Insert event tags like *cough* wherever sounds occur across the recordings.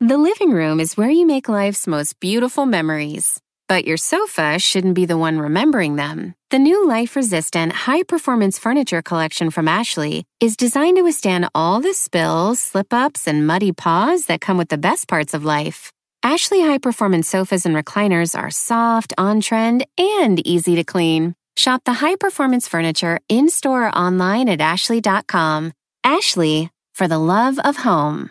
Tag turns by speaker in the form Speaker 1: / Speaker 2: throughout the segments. Speaker 1: The living room is where you make life's most beautiful memories. But your sofa shouldn't be the one remembering them. The new life resistant, high performance furniture collection from Ashley is designed to withstand all the spills, slip ups, and muddy paws that come with the best parts of life. Ashley high performance sofas and recliners are soft, on trend, and easy to clean. Shop the high performance furniture in store or online at ashley.com. Ashley, for the love of home.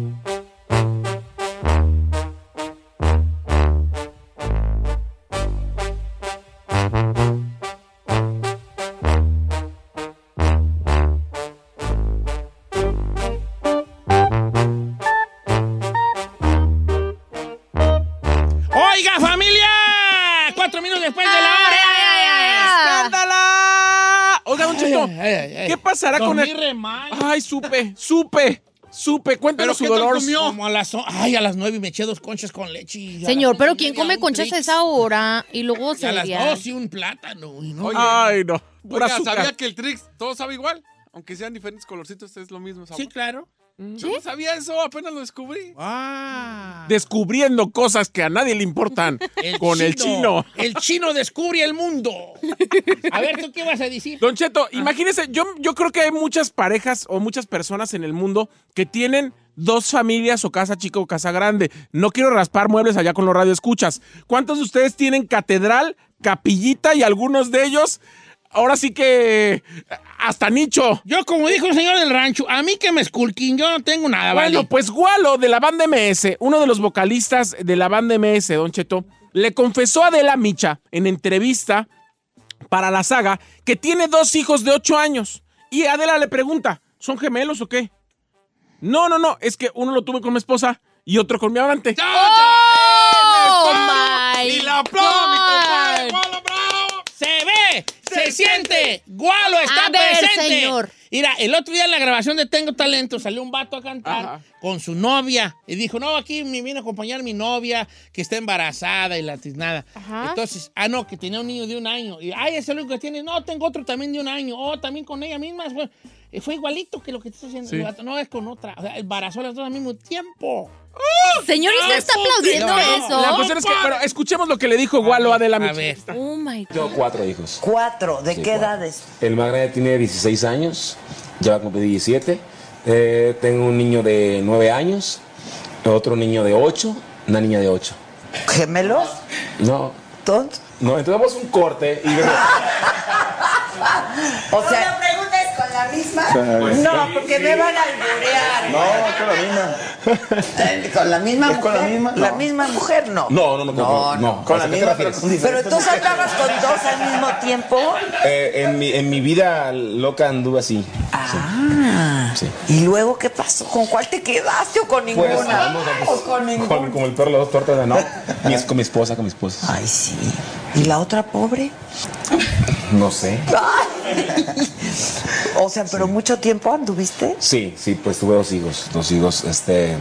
Speaker 2: ¡Oiga, familia! Cuatro minutos después de la hora. ¡Escándala! Oiga, don Cheto, ¿qué pasará con
Speaker 3: Dormí
Speaker 2: el...?
Speaker 3: re mal.
Speaker 2: Ay, supe, supe, supe. Cuéntanos su dolor.
Speaker 3: Como a las, o- ay, a las nueve me eché dos conchas con leche. y a las
Speaker 4: Señor,
Speaker 3: once
Speaker 4: pero
Speaker 3: y
Speaker 4: ¿quién
Speaker 3: media
Speaker 4: come
Speaker 3: un
Speaker 4: conchas a
Speaker 3: Twix,
Speaker 4: esa hora? Y luego
Speaker 3: y a las
Speaker 4: cereal.
Speaker 3: dos y un plátano. y no.
Speaker 2: Ay, no. Pura
Speaker 5: Oiga,
Speaker 2: azúcar.
Speaker 5: ¿sabía que el Trix todo sabe igual? Aunque sean diferentes colorcitos, es lo mismo sabor.
Speaker 3: sí, claro.
Speaker 5: Yo no sabía eso, apenas lo descubrí.
Speaker 3: Ah.
Speaker 2: Descubriendo cosas que a nadie le importan con el chino.
Speaker 3: El chino descubre
Speaker 2: *laughs*
Speaker 3: el mundo. A ver, ¿tú qué vas a decir?
Speaker 2: Don Cheto, imagínese, yo, yo creo que hay muchas parejas o muchas personas en el mundo que tienen dos familias o casa chica o casa grande. No quiero raspar muebles allá con los radioescuchas. ¿Cuántos de ustedes tienen catedral, capillita y algunos de ellos? Ahora sí que hasta nicho.
Speaker 3: Yo, como dijo el señor del rancho, a mí que me esculquín, yo no tengo nada,
Speaker 2: Bueno,
Speaker 3: ¿vale?
Speaker 2: pues Gualo de la banda MS, uno de los vocalistas de la banda MS, Don Cheto, le confesó a Adela Micha en entrevista para la saga que tiene dos hijos de ocho años. Y Adela le pregunta, ¿son gemelos o qué? No, no, no, es que uno lo tuve con mi esposa y otro con mi amante.
Speaker 4: ¡Oh, my
Speaker 5: ¡Y la aplaudo, mi compadre!
Speaker 4: God!
Speaker 5: ¡Gualo, bravo!
Speaker 3: Se ve, se, siente, Gualo está
Speaker 4: A ver,
Speaker 3: presente.
Speaker 4: señor.
Speaker 3: Mira, el otro día en la grabación de Tengo Talento salió un vato a cantar
Speaker 2: Ajá.
Speaker 3: con su novia y dijo, no, aquí me viene a acompañar mi novia que está embarazada y la tiznada.
Speaker 4: Ajá.
Speaker 3: Entonces, ah, no, que tenía un niño de un año. Y, ay, ese es lo único que tiene. No, tengo otro también de un año. Oh, también con ella misma. Fue, eh, fue igualito que lo que estás haciendo.
Speaker 2: Sí.
Speaker 3: El vato, no, es con otra. O sea, embarazó a las dos al mismo tiempo.
Speaker 4: Señor, ¿y usted está
Speaker 3: No,
Speaker 4: aplaudiendo
Speaker 3: no, no.
Speaker 4: eso?
Speaker 2: La cuestión es que, bueno, escuchemos lo que le dijo Gualo a Adela
Speaker 3: A
Speaker 2: Micha.
Speaker 3: ver.
Speaker 4: Oh, my God.
Speaker 6: Tengo cuatro hijos.
Speaker 7: Cuatro, ¿de
Speaker 6: Sí,
Speaker 7: qué
Speaker 6: cuatro.
Speaker 7: edades?
Speaker 6: El más grande tiene 16 años, ya va a cumplir 17. Eh, tengo un niño de 9 años, otro niño de 8, una niña de 8.
Speaker 7: ¿Gemelos?
Speaker 6: No,
Speaker 7: ¿Tontos?
Speaker 6: no, entonces vamos a un corte y vemos.
Speaker 7: O sea, pregunta es con la misma? no, porque me van a alburear. No, con la misma. *laughs* ¿Con la misma mujer?
Speaker 8: con la misma?
Speaker 7: La
Speaker 8: No.
Speaker 7: misma mujer no.
Speaker 6: No, no, no, no. no.
Speaker 8: Con la
Speaker 6: ¿A qué te
Speaker 8: misma, pero
Speaker 6: refieres?
Speaker 8: con
Speaker 7: Pero
Speaker 8: diferentes
Speaker 7: entonces andabas con dos al mismo tiempo
Speaker 6: Eh, en, mi, en mi vida loca anduve así. Sí.
Speaker 7: Ah. y luego qué pasó, ¿con cuál te quedaste o con ninguna?
Speaker 6: Pues, no, no, pues,
Speaker 7: o con ninguna.
Speaker 6: con- como el perro, las dos tortas, no. Mi es- con mi esposa, con mi esposa.
Speaker 7: Ay, sí. ¿Y la otra pobre?
Speaker 6: No sé.
Speaker 7: *laughs* O sea, pero mucho tiempo anduviste.
Speaker 6: Sí, sí, pues tuve dos hijos. Dos hijos, este.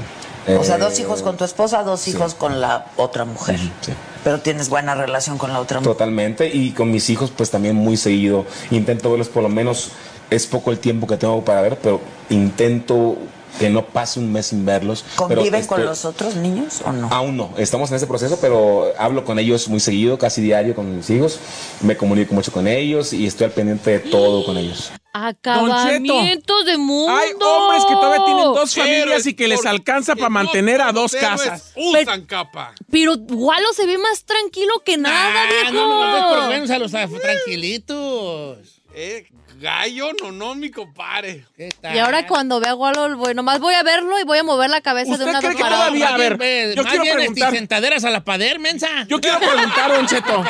Speaker 7: O sea,
Speaker 6: eh,
Speaker 7: dos hijos con tu esposa, dos hijos con la otra mujer.
Speaker 6: sí.
Speaker 7: Pero tienes buena relación con la otra mujer.
Speaker 6: Totalmente, y con mis hijos pues también muy seguido. Intento verlos por lo menos, es poco el tiempo que tengo para ver, pero intento que no pase un mes sin verlos. pero este,
Speaker 7: ¿Conviven con
Speaker 6: estoy-
Speaker 7: los otros niños o no?
Speaker 6: Aún no, estamos en ese proceso, pero hablo con ellos muy seguido, casi diario con mis hijos, me comunico mucho con ellos y estoy al pendiente de todo con ellos.
Speaker 4: Acabamientos de mundo.
Speaker 2: Hay hombres que todavía tienen dos familias
Speaker 5: Héroes,
Speaker 2: y que les
Speaker 5: porque
Speaker 2: alcanza para
Speaker 5: no
Speaker 2: mantener a
Speaker 5: todos
Speaker 2: dos
Speaker 5: los héroes
Speaker 2: casas.
Speaker 5: Usan capa.
Speaker 4: Pero Gualo se ve más tranquilo que nada,
Speaker 3: Ah,
Speaker 4: viejo.
Speaker 3: No, no, no, por lo menos a los af- tranquilitos.
Speaker 5: Eh, Gallo, no, no, mi compadre.
Speaker 3: ¿Qué tal?
Speaker 4: Y ahora cuando veo a Wallo, voy- nomás voy a verlo y voy a mover la cabeza de
Speaker 2: ¿Usted
Speaker 4: una
Speaker 2: cree
Speaker 4: vez
Speaker 2: que
Speaker 4: para
Speaker 3: Más
Speaker 2: todavía-
Speaker 4: otra.
Speaker 2: a ver,
Speaker 3: bien,
Speaker 2: yo
Speaker 3: más
Speaker 2: quiero
Speaker 3: bien, este,
Speaker 2: preguntar.
Speaker 3: sentaderas a la pader, mensa.
Speaker 2: Yo quiero preguntar, Don
Speaker 3: *laughs*
Speaker 2: Cheto,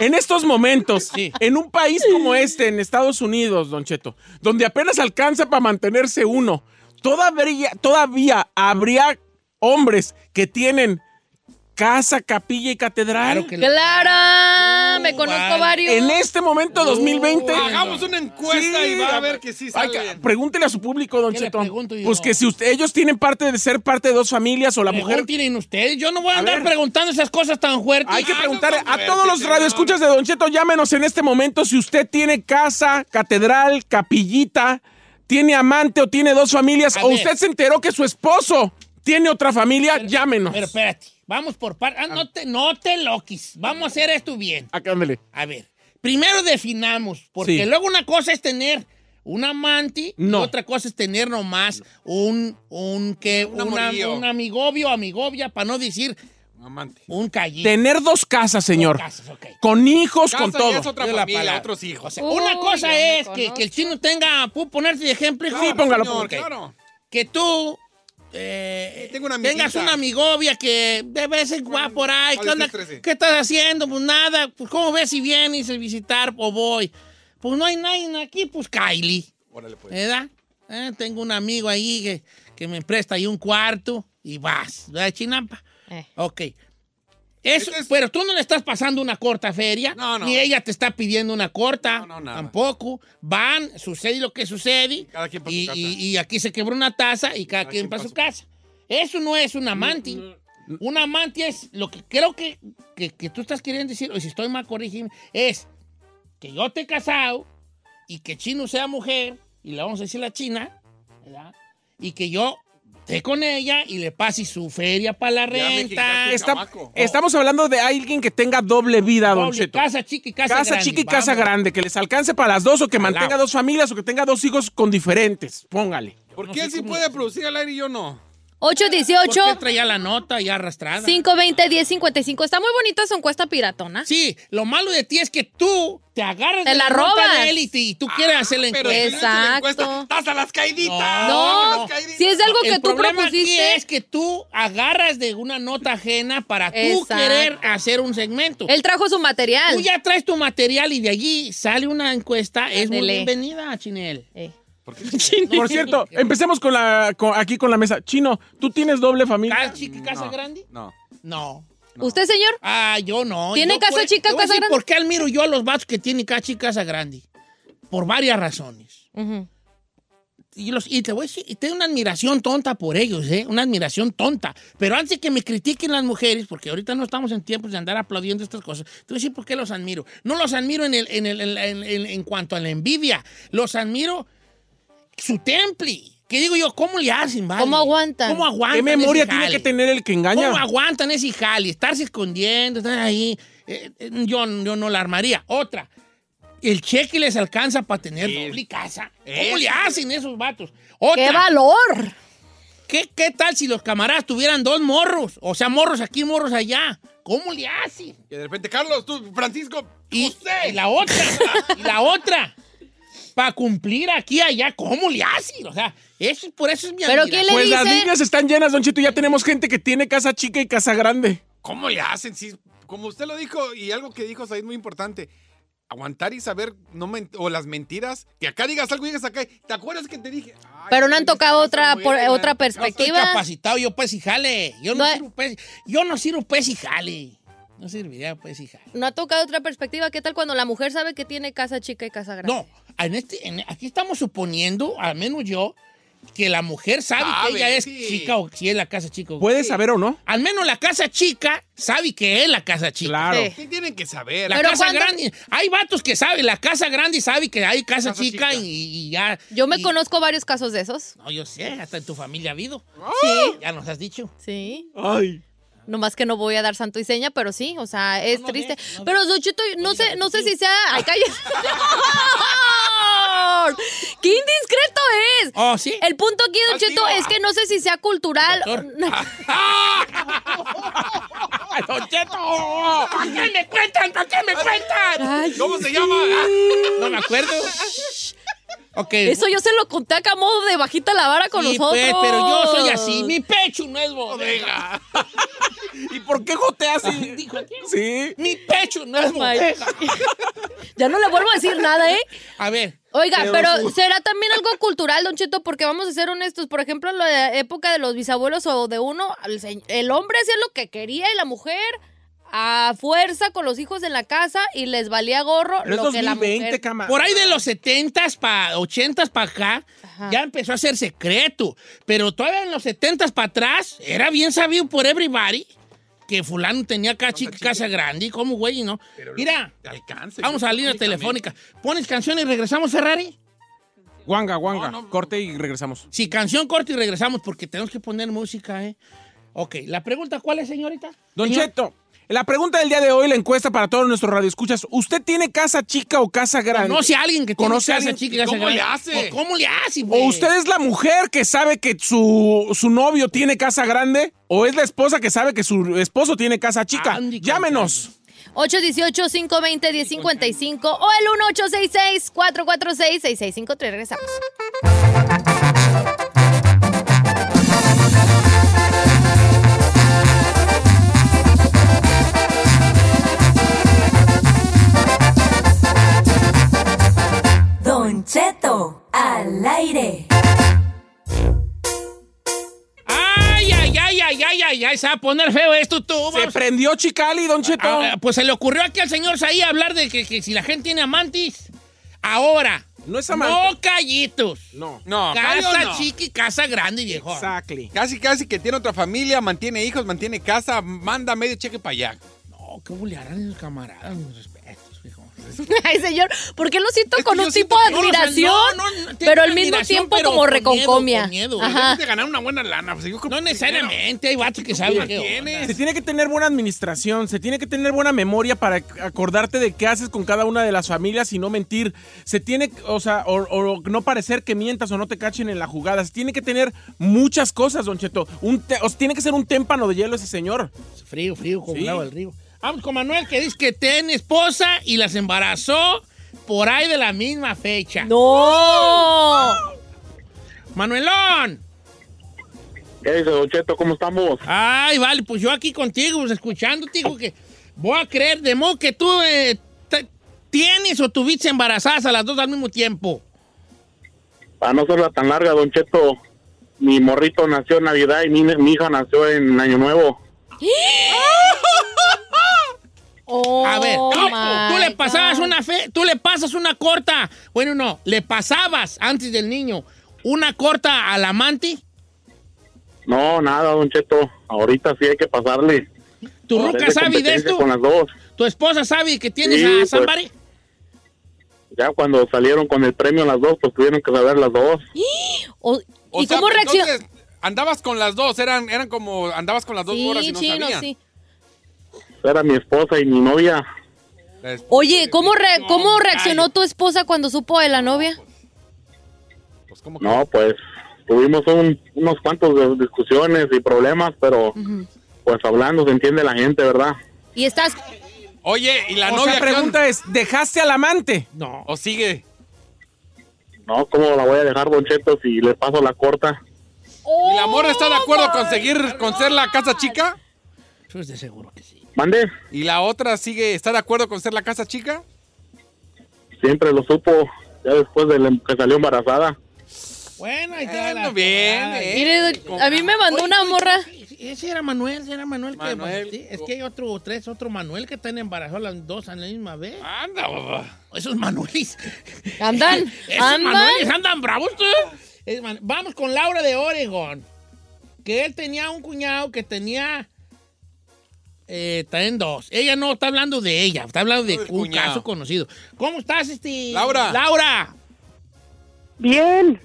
Speaker 2: en estos momentos,
Speaker 3: Sí.
Speaker 2: en un país como este, en Estados Unidos, Don Cheto, donde apenas alcanza para mantenerse uno, todavía, todavía habría hombres que tienen casa, capilla y catedral.
Speaker 3: Claro que la-
Speaker 4: ¡Clara! Me
Speaker 3: Uh,
Speaker 4: conozco
Speaker 3: vale.
Speaker 4: varios.
Speaker 2: En este momento, 2020.
Speaker 5: Hagamos una encuesta
Speaker 2: Sí.
Speaker 5: y va a ver que sí
Speaker 2: Ay,
Speaker 5: sale.
Speaker 2: ca- pregúntele a su público, don
Speaker 3: ¿Qué le
Speaker 2: Cheto.
Speaker 3: pregunto yo?
Speaker 2: Pues que si usted- ellos tienen parte de ser parte de dos familias o la
Speaker 3: Mejor
Speaker 2: mujer.
Speaker 3: tienen ustedes. Yo no voy a, andar
Speaker 2: ver.
Speaker 3: preguntando esas cosas tan fuertes.
Speaker 2: Hay que
Speaker 5: Ah,
Speaker 2: preguntarle
Speaker 5: no tan
Speaker 2: a
Speaker 5: fuerte,
Speaker 2: todos los
Speaker 5: señor.
Speaker 2: radioescuchas de Don Cheto, llámenos en este momento si usted tiene casa, catedral, capillita, tiene amante o tiene dos familias,
Speaker 3: A
Speaker 2: o
Speaker 3: ver.
Speaker 2: usted se enteró que su esposo tiene otra familia, llámenos.
Speaker 3: Pero espérate, vamos por partes. Ah, no te, no te loquis. Vamos a hacer esto bien.
Speaker 2: Acá, ándele.
Speaker 3: A ver, primero definamos, porque
Speaker 2: Sí.
Speaker 3: luego una cosa es tener un amante
Speaker 2: No.
Speaker 3: y otra cosa es tener nomás un, un que
Speaker 5: Un
Speaker 3: una-
Speaker 5: amorío.
Speaker 3: un amigobio, amigobia, para no decir
Speaker 5: Amante.
Speaker 3: un callito.
Speaker 2: Tener dos casas, señor.
Speaker 3: Casas, ok.
Speaker 2: Con hijos,
Speaker 5: Casa
Speaker 2: con
Speaker 5: ya
Speaker 2: todo.
Speaker 5: es otra
Speaker 3: Yo la
Speaker 5: familia,
Speaker 3: palabra.
Speaker 5: otros
Speaker 3: O
Speaker 5: hijos.
Speaker 3: sea,
Speaker 4: Uy,
Speaker 3: una
Speaker 4: ya
Speaker 3: cosa
Speaker 4: me
Speaker 3: es que, que el
Speaker 4: conozco.
Speaker 3: chino tenga, puedo ponerte de ejemplo, hijo?
Speaker 2: Sí, póngalo,
Speaker 5: señor,
Speaker 2: póngalo.
Speaker 5: claro.
Speaker 3: que tú eh,
Speaker 5: Tengo una
Speaker 3: tengas
Speaker 5: amiguita.
Speaker 3: una amigobia que de vez en cuando va por ahí.
Speaker 5: ¿Cuál
Speaker 3: ¿Qué,
Speaker 5: es
Speaker 3: onda?
Speaker 5: el 13?
Speaker 3: ¿Qué estás haciendo? Pues nada, pues cómo ves si vienes a visitar o voy. Pues no hay nadie aquí, pues Kylie,
Speaker 5: Órale, pues.
Speaker 3: ¿verdad? Eh, tengo un amigo ahí que, que me presta ahí un cuarto y vas, ¿verdad, Chinampa?
Speaker 4: Eh.
Speaker 3: Ok. Eso,
Speaker 5: Este es-
Speaker 3: Pero tú no le estás pasando una corta feria,
Speaker 5: No, no.
Speaker 3: ni ella te está pidiendo una corta,
Speaker 5: No, no, nada.
Speaker 3: tampoco. Van, sucede lo que sucede,
Speaker 5: Cada quien para su
Speaker 3: y,
Speaker 5: casa.
Speaker 3: y- y aquí se quebró una taza y cada, quien, para su casa. Eso no es un amante.
Speaker 5: Mm,
Speaker 3: Un amante es lo que creo que, que- que tú estás queriendo decir, o si estoy mal, corrígeme, es que yo te he casado y que Chino sea mujer, y le vamos a decir la China, ¿verdad? Y que yo esté con ella y le pase su feria para la
Speaker 5: Ya me
Speaker 3: renta.
Speaker 5: quitaste
Speaker 2: Está-
Speaker 5: Chamaco.
Speaker 2: estamos hablando de alguien que tenga doble vida, Don
Speaker 3: doble,
Speaker 2: Cheto.
Speaker 3: casa chica y casa,
Speaker 2: Casa
Speaker 3: grande,
Speaker 2: chica y casa
Speaker 3: vamos.
Speaker 2: grande, que les alcance para las dos o que mantenga
Speaker 3: Alao.
Speaker 2: dos familias o que tenga dos hijos con diferentes. Póngale.
Speaker 5: ¿Por
Speaker 3: no
Speaker 5: qué
Speaker 3: sé
Speaker 5: él sí
Speaker 3: cómo-
Speaker 5: puede producir al aire y yo no?
Speaker 3: ¿Por qué
Speaker 4: 818
Speaker 3: traía la nota ya arrastrada?
Speaker 4: 520 1055. Está muy bonita su encuesta piratona.
Speaker 3: Sí, lo malo de ti es que tú te agarras
Speaker 4: Te
Speaker 3: de
Speaker 4: la
Speaker 3: nota
Speaker 4: robas.
Speaker 3: de él y, te- y tú quieres hacer la
Speaker 5: Pero
Speaker 3: encuesta.
Speaker 5: si yo hice la
Speaker 4: Exacto.
Speaker 5: encuesta, ¡Estás a las caiditas!
Speaker 3: No,
Speaker 4: No,
Speaker 5: ¡Las caiditas!
Speaker 4: si es algo que
Speaker 3: El
Speaker 4: tú
Speaker 3: problema
Speaker 4: propusiste.
Speaker 3: aquí es que tú agarras de una nota ajena para tú
Speaker 4: Exacto.
Speaker 3: querer hacer un segmento.
Speaker 4: Él trajo su material.
Speaker 3: Tú ya traes tu material y de allí sale una encuesta. Es muy
Speaker 4: Ándele.
Speaker 3: bienvenida, Chinel.
Speaker 4: Eh.
Speaker 2: Por cierto, empecemos con la, con- aquí con la mesa. Chino, ¿tú tienes doble familia?
Speaker 3: ¿Casa chica, casa
Speaker 5: No,
Speaker 3: grande?
Speaker 5: No.
Speaker 3: No.
Speaker 4: ¿Usted, señor?
Speaker 3: Ah, yo no.
Speaker 4: ¿Tiene
Speaker 3: Yo
Speaker 4: casa
Speaker 3: por-
Speaker 4: chica,
Speaker 3: te voy a
Speaker 4: casa
Speaker 3: decir
Speaker 4: grande?
Speaker 3: ¿Por qué admiro yo a los vatos que tienen casa chica, casa grande? Por varias razones.
Speaker 4: Ujú.
Speaker 3: y, los, y te voy a decir, y tengo una admiración tonta por ellos, ¿eh? Una admiración tonta. Pero antes de que me critiquen las mujeres, porque ahorita no estamos en tiempos de andar aplaudiendo estas cosas, te voy a decir por qué los admiro. No los admiro en, el, en, el- en, la- en- en- en cuanto a la envidia, los admiro su temple. Que digo yo, ¿cómo le hacen, vale?
Speaker 4: ¿Cómo aguantan?
Speaker 3: ¿Cómo aguantan?
Speaker 2: ¿Qué memoria
Speaker 3: ese
Speaker 2: tiene
Speaker 3: jale?
Speaker 2: que tener el que
Speaker 3: ¿Cómo
Speaker 2: engaña?
Speaker 3: aguantan ese jale? Estarse escondiendo, estar ahí. Eh, eh, yo, yo no la armaría. Otra, el cheque les alcanza para tener
Speaker 5: Sí.
Speaker 3: doble casa. ¿Cómo
Speaker 5: Eso.
Speaker 3: le hacen esos vatos?
Speaker 4: ¡Qué
Speaker 3: Otra,
Speaker 4: valor!
Speaker 3: ¿qué, qué tal si los camaradas tuvieran dos morros? O sea, morros aquí, morros allá. ¿Cómo le hacen?
Speaker 5: Y de repente, Carlos, tú, Francisco,
Speaker 3: Y,
Speaker 5: usted.
Speaker 3: y la otra, y la otra. Para cumplir aquí allá, ¿cómo le hacen? O sea, eso, por eso es mi
Speaker 4: Pero
Speaker 3: admiración.
Speaker 4: ¿qué le
Speaker 2: Pues las
Speaker 4: dice?
Speaker 2: líneas están llenas, Don Chito. Ya tenemos gente que tiene casa chica y casa grande.
Speaker 5: ¿Cómo le hacen? Si, como usted lo dijo, y algo que dijo es muy importante. Aguantar y saber, no men- o las mentiras, que acá digas algo y digas acá, ¿te acuerdas que te dije? Ay,
Speaker 4: Pero no han
Speaker 5: esta
Speaker 4: tocado
Speaker 5: cosa
Speaker 4: otra,
Speaker 5: no
Speaker 4: por-
Speaker 5: era.
Speaker 4: otra
Speaker 3: Estoy
Speaker 4: perspectiva.
Speaker 3: capacitado yo pues y jale. Yo
Speaker 4: No
Speaker 3: no,
Speaker 4: hay-
Speaker 3: sirvo pues, yo no sirvo pues y jale. No serviría pues y jale.
Speaker 4: No ha tocado otra perspectiva. ¿Qué tal cuando la mujer sabe que tiene casa chica y casa grande?
Speaker 3: No, en este, en- aquí estamos suponiendo, al menos yo, que la mujer sabe
Speaker 5: Sabe,
Speaker 3: que ella es
Speaker 5: sí.
Speaker 3: chica o si es la casa chica. o-
Speaker 2: ¿Puede saber o no?
Speaker 3: Al menos la casa chica sabe que es la casa chica.
Speaker 2: Claro.
Speaker 4: Sí.
Speaker 5: ¿Qué tienen que saber?
Speaker 3: La
Speaker 4: Pero
Speaker 3: casa
Speaker 4: cuando-
Speaker 3: grande, hay vatos que saben, la casa grande sabe que hay casa,
Speaker 5: Casa
Speaker 3: chica,
Speaker 5: chica.
Speaker 3: Y, y ya.
Speaker 4: Yo me
Speaker 3: y-
Speaker 4: conozco varios casos de esos.
Speaker 3: No, yo sé, hasta en tu familia ha habido.
Speaker 4: Sí.
Speaker 3: Ya nos has dicho.
Speaker 4: Sí.
Speaker 2: Ay.
Speaker 4: Nomás que no voy a dar santo y seña, pero sí, o sea, es
Speaker 3: No, no
Speaker 4: triste.
Speaker 3: ve, no
Speaker 4: pero, Zuchito, no sé, no sé si sea. ¡Ay,
Speaker 3: *laughs*
Speaker 4: cállate! ¡Qué indiscreto es!
Speaker 3: Oh, sí. ah.
Speaker 4: El punto aquí, Don
Speaker 5: Así
Speaker 4: Cheto,
Speaker 5: va.
Speaker 4: es que no sé si sea cultural. *laughs*
Speaker 3: ¡Ay, *laughs* Don Cheto! ¿Para qué me cuentan? ¿Para qué me cuentan?
Speaker 5: ¿Cómo se llama?
Speaker 3: No me acuerdo. Ok.
Speaker 4: Eso yo se lo conté acá a modo de bajita la vara con
Speaker 3: Sí,
Speaker 4: nosotros.
Speaker 3: pues, pero yo soy así. Mi pecho no es bodega.
Speaker 2: Venga. ¿Y por qué joteas así?
Speaker 3: Dijo aquí.
Speaker 2: Sí.
Speaker 3: Mi pecho no es bodega.
Speaker 4: Ya no le vuelvo a decir nada, ¿eh?
Speaker 3: A ver.
Speaker 4: Oiga, pero, será también algo cultural, Don Cheto, porque vamos a ser honestos. Por ejemplo, en la época de los bisabuelos o de uno, el, se- el hombre hacía lo que quería y la mujer a fuerza con los hijos en la casa y les valía gorro
Speaker 2: Pero es
Speaker 4: lo que la
Speaker 2: 2020,
Speaker 4: mujer.
Speaker 2: cama.
Speaker 3: Por ahí de los 70s para 80s para acá,
Speaker 4: Ajá.
Speaker 3: ya empezó a ser secreto. Pero todavía en los 70s para atrás, era bien sabido por everybody que fulano tenía acá chica, casa grande. ¿Y cómo, güey? No. Mira,
Speaker 5: Te alcance.
Speaker 3: vamos a la línea telefónica. ¿Pones canción y regresamos, Ferrari?
Speaker 2: Guanga, guanga. Corte y regresamos.
Speaker 3: Sí, canción corta y regresamos porque tenemos que poner música, ¿eh? Ok, la pregunta, ¿cuál es, señorita?
Speaker 2: Don
Speaker 3: Señor-
Speaker 2: Cheto, la pregunta del día de hoy, la encuesta para todos nuestros radioescuchas. ¿Usted tiene casa chica o casa grande?
Speaker 3: ¿Conoce a alguien que tiene
Speaker 2: ¿Conoce a
Speaker 3: casa
Speaker 2: alguien?
Speaker 3: chica y casa
Speaker 5: ¿Cómo
Speaker 3: grande?
Speaker 5: le hace?
Speaker 3: ¿O ¿Cómo le hace, güey?
Speaker 2: ¿O usted es la mujer que sabe que su, su novio tiene casa grande? ¿O es la esposa que sabe que su esposo tiene casa chica?
Speaker 3: Andy,
Speaker 2: Llámenos.
Speaker 4: 818-520-1055 o el 1866-446-6653. Regresamos.
Speaker 8: Don Cheto, al aire.
Speaker 3: Ay, ay, ay, ay, ay, ay, ay, se va a poner feo esto tú.
Speaker 2: Se
Speaker 3: vamos.
Speaker 2: prendió Chicali, Don Cheto.
Speaker 3: Ah, ah, pues se le ocurrió aquí al señor Saí hablar de que, que si la gente tiene amantes. Ahora.
Speaker 2: No es amante.
Speaker 3: No callitos.
Speaker 2: No.
Speaker 5: No,
Speaker 3: casa
Speaker 5: no.
Speaker 3: chica y casa grande, viejo.
Speaker 2: Exactly.
Speaker 5: Casi, casi que tiene otra familia, mantiene hijos, mantiene casa, manda medio cheque para allá.
Speaker 3: No, qué bulearán los camaradas, mis respetos, viejo.
Speaker 4: *laughs* Ay, señor, ¿por qué lo siento
Speaker 5: Es que
Speaker 4: con
Speaker 5: yo
Speaker 4: un
Speaker 5: siento
Speaker 4: tipo de
Speaker 3: No, o sea,
Speaker 4: admiración?
Speaker 3: no, no, no, tengo
Speaker 4: pero al mismo
Speaker 3: admiración,
Speaker 4: tiempo
Speaker 3: pero
Speaker 4: como
Speaker 3: con miedo,
Speaker 4: reconcomia.
Speaker 3: con miedo.
Speaker 4: Ajá.
Speaker 5: Debes de ganar una buena lana. pues, yo creo
Speaker 3: No
Speaker 5: que
Speaker 3: necesariamente, hay vatos que saben qué
Speaker 2: Se
Speaker 3: tienes.
Speaker 2: tiene que tener buena administración, se tiene que tener buena memoria para acordarte de qué haces con cada una de las familias y no mentir. Se tiene, o sea, o, o no parecer que mientas o no te cachen en la jugada. Se tiene que tener muchas cosas, Don Cheto. Un te- o sea, tiene que ser un témpano de hielo ese señor.
Speaker 3: Frío, frío, como
Speaker 2: Sí.
Speaker 3: el agua del río. Vamos Ah, pues, con Manuel, que dice que tiene esposa y las embarazó por ahí de la misma fecha.
Speaker 4: ¡No!
Speaker 3: ¡Manuelón!
Speaker 9: ¿Qué dice, Don Cheto? ¿Cómo estamos?
Speaker 3: Ay, vale, pues yo aquí contigo, pues, escuchándote, hijo, que voy a creer de modo que tú eh, te- tienes o tuviste embarazadas a las dos al mismo tiempo.
Speaker 9: Para no serla tan larga, Don Cheto, mi morrito nació en Navidad y mi, mi hija nació en Año Nuevo.
Speaker 3: ¡Ah! *laughs*
Speaker 4: Oh,
Speaker 3: a ver, tú, tú le
Speaker 4: my
Speaker 3: pasabas
Speaker 4: God.
Speaker 3: una fe, tú le pasas una corta. Bueno, no, le pasabas antes del niño una corta al amante.
Speaker 9: No, nada, Don Cheto. Ahorita sí hay que pasarle.
Speaker 3: Tu ruca
Speaker 9: Hacerle
Speaker 3: sabe de
Speaker 9: competencia
Speaker 3: esto,
Speaker 9: Con las dos.
Speaker 3: tu esposa sabe que tienes
Speaker 9: Sí,
Speaker 3: a
Speaker 9: pues.
Speaker 3: Zambari.
Speaker 9: Ya cuando salieron con el premio las dos, pues tuvieron que saber las dos.
Speaker 4: *gasps* O-
Speaker 5: O
Speaker 4: ¿Y
Speaker 5: sea,
Speaker 4: cómo
Speaker 5: pero
Speaker 4: reaccionó?
Speaker 5: entonces, Andabas con las dos, eran, eran como, andabas con las dos horas y
Speaker 4: Sí,
Speaker 5: no
Speaker 4: chino,
Speaker 5: sabían.
Speaker 4: sí.
Speaker 9: Era mi esposa y mi novia.
Speaker 5: La esposa
Speaker 4: Oye,
Speaker 5: de-
Speaker 4: ¿cómo, re-
Speaker 5: No,
Speaker 4: ¿cómo
Speaker 5: hombre,
Speaker 4: reaccionó
Speaker 5: ay,
Speaker 4: tu esposa cuando supo de la novia?
Speaker 5: pues, ¿cómo que-
Speaker 9: No, pues tuvimos un- unos cuantos de- discusiones y problemas, pero pues hablando se entiende la gente, ¿verdad?
Speaker 4: Y estás.
Speaker 5: Oye, ¿y la
Speaker 2: o sea,
Speaker 5: novia qué
Speaker 2: pregunta
Speaker 5: onda?
Speaker 2: es, ¿dejaste al amante?
Speaker 3: No.
Speaker 5: ¿O sigue?
Speaker 9: No, ¿cómo la voy a dejar, Don Cheto, si le paso la corta?
Speaker 5: ¿Y la morra está de acuerdo
Speaker 4: Oh,
Speaker 5: con seguir, con ser la casa chica?
Speaker 3: Eso es de seguro que sí.
Speaker 9: ¿Mande?
Speaker 5: ¿Y la otra sigue, está de acuerdo con ser la casa chica?
Speaker 9: Siempre lo supo ya después de la- que salió embarazada.
Speaker 3: Bueno, ahí está.
Speaker 5: Bueno,
Speaker 3: la-
Speaker 5: bien,
Speaker 3: la-
Speaker 5: eh.
Speaker 4: Mire, a mí me mandó una morra.
Speaker 3: Ese era Manuel, ese era Manuel. que- pues,
Speaker 5: Manuel. oh.
Speaker 3: sí, es que hay otro, tres, otro Manuel que están embarazados las dos a la misma vez.
Speaker 5: Anda, boba.
Speaker 3: Esos Manuelis.
Speaker 4: Andan,
Speaker 3: *laughs* Esos Manuelis
Speaker 4: andan.
Speaker 3: andan bravos, tú. Es man- Vamos con Laura de Oregon. Que él tenía un cuñado que tenía. Eh, también dos. Ella no está hablando de ella, está hablando de
Speaker 5: No
Speaker 3: un
Speaker 5: del cuñado.
Speaker 3: caso conocido. ¿Cómo estás, este?
Speaker 5: Laura.
Speaker 3: Laura.
Speaker 9: Bien.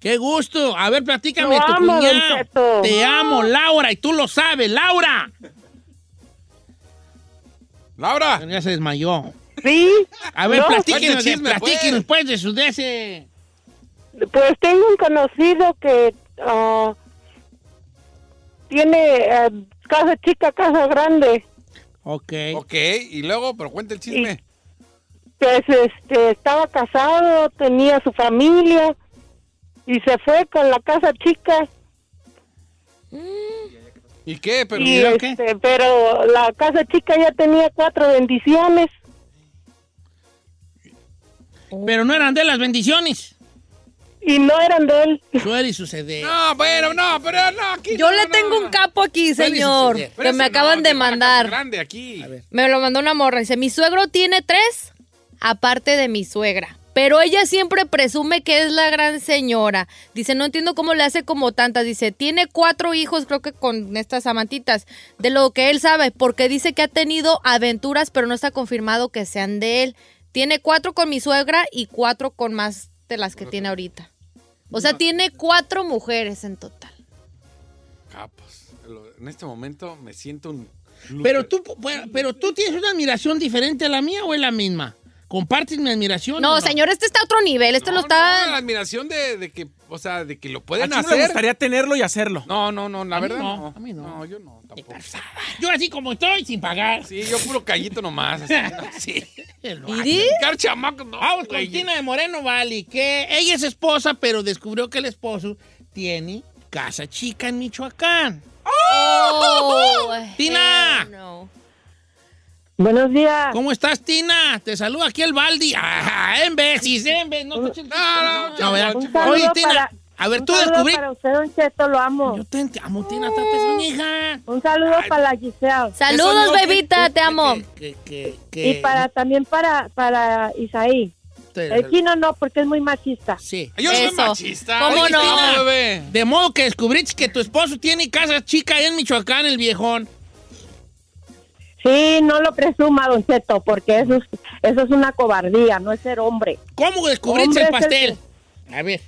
Speaker 3: Qué gusto. A ver, platícame,
Speaker 9: Lo
Speaker 3: tu
Speaker 9: amo,
Speaker 3: cuñado.
Speaker 9: Don Cheto. Ah.
Speaker 3: Te amo, Laura, y tú lo sabes, Laura.
Speaker 5: Laura,
Speaker 3: Bueno, ya se desmayó.
Speaker 9: Sí,
Speaker 3: A ver,
Speaker 9: No.
Speaker 3: platíquenos,
Speaker 5: Cuente chisme,
Speaker 3: de- platíquenos, pues, de su de ese.
Speaker 9: pues tengo un conocido que ah, tiene
Speaker 10: eh,
Speaker 9: ah, casa chica, casa grande.
Speaker 3: Ok.
Speaker 5: ok, y luego, pero cuenta el chisme.
Speaker 10: pues este estaba casado, tenía su familia y se fue con la casa chica.
Speaker 5: ¿Y qué? ¿Pero
Speaker 10: Y,
Speaker 5: mira qué?
Speaker 10: este, pero la casa chica ya tenía cuatro bendiciones.
Speaker 3: Pero no eran de las bendiciones.
Speaker 10: Y no eran de él.
Speaker 3: Suele suceder.
Speaker 5: No, pero no, pero no, aquí.
Speaker 4: Yo
Speaker 5: no,
Speaker 4: le
Speaker 5: no,
Speaker 4: tengo un capo aquí,
Speaker 3: Suele
Speaker 4: señor,
Speaker 3: suceder.
Speaker 5: Pero
Speaker 4: que
Speaker 5: eso
Speaker 4: me
Speaker 5: no,
Speaker 4: acaban de
Speaker 5: que marca
Speaker 4: mandar.
Speaker 5: Grande aquí.
Speaker 4: Me lo mandó una morra. Dice, mi suegro tiene tres, aparte de mi suegra. Pero ella siempre presume que es la gran señora. Dice, no entiendo cómo le hace como tantas. Dice, tiene cuatro hijos, creo que con estas amantitas. De lo que él sabe, porque dice que ha tenido aventuras, pero no está confirmado que sean de él. Tiene cuatro con mi suegra y cuatro con más de las que tiene ahorita. O sea, tiene cuatro mujeres en total.
Speaker 5: Capos. Ah, Lo- En este momento me siento un.
Speaker 3: Pero tú, pero tú tienes una admiración diferente a la mía o es la misma. ¿Compartes mi admiración? o
Speaker 4: No, señor, este está a otro nivel. Este lo está...
Speaker 5: No, la admiración de, de que, o sea, de que lo
Speaker 2: ¿A
Speaker 5: pueden
Speaker 2: ti no le
Speaker 5: hacer.
Speaker 2: gustaría tenerlo y hacerlo?
Speaker 5: No, no, no, la
Speaker 3: A mí
Speaker 5: verdad
Speaker 3: no,
Speaker 5: no.
Speaker 3: a mí no.
Speaker 5: yo no, tampoco.
Speaker 3: Yo así como estoy, sin pagar.
Speaker 5: Sí, yo puro callito nomás. así, ¿no? Sí.
Speaker 4: ¿Iri?
Speaker 5: Car chamaco, no.
Speaker 3: Vamos con
Speaker 5: güey.
Speaker 3: Tina de Moreno Valley, que ella es esposa, pero descubrió que el esposo tiene casa chica en Michoacán.
Speaker 4: Oh,
Speaker 3: Tina.
Speaker 4: hell no.
Speaker 10: Buenos días.
Speaker 3: ¿Cómo estás, Tina? Te saluda aquí el Baldi. Ajá, en veces, en vez. No, no,
Speaker 5: No, no,
Speaker 3: no, ¿verdad?
Speaker 10: Un saludo
Speaker 3: Oye, Tina,
Speaker 10: para-
Speaker 3: a ver,
Speaker 10: un
Speaker 3: tú
Speaker 10: saludo
Speaker 3: descubrí.
Speaker 10: Para usted, Don Cheto, lo amo.
Speaker 3: Yo te te amo, Tina, está pezuñija.
Speaker 10: Un saludo para la Giselle.
Speaker 4: Saludos,
Speaker 5: Eso no,
Speaker 4: bebita, te amo.
Speaker 3: Que, que, que,
Speaker 10: Y para también para, para Isaí.
Speaker 3: te-
Speaker 10: El chino no, porque es muy machista.
Speaker 3: Sí.
Speaker 5: Yo soy
Speaker 4: Eso.
Speaker 5: machista.
Speaker 4: ¿Cómo
Speaker 5: Oye,
Speaker 4: no?
Speaker 5: Tina, bebé.
Speaker 3: De modo que descubriste que tu esposo tiene casa chica ahí en Michoacán, el viejón.
Speaker 10: Sí, no lo presuma, Don Cheto, porque eso es, eso es una cobardía, no es ser hombre.
Speaker 3: ¿Cómo descubriste
Speaker 10: Hombre,
Speaker 3: el
Speaker 10: es el
Speaker 3: pastel?
Speaker 10: *gasps*
Speaker 3: A ver,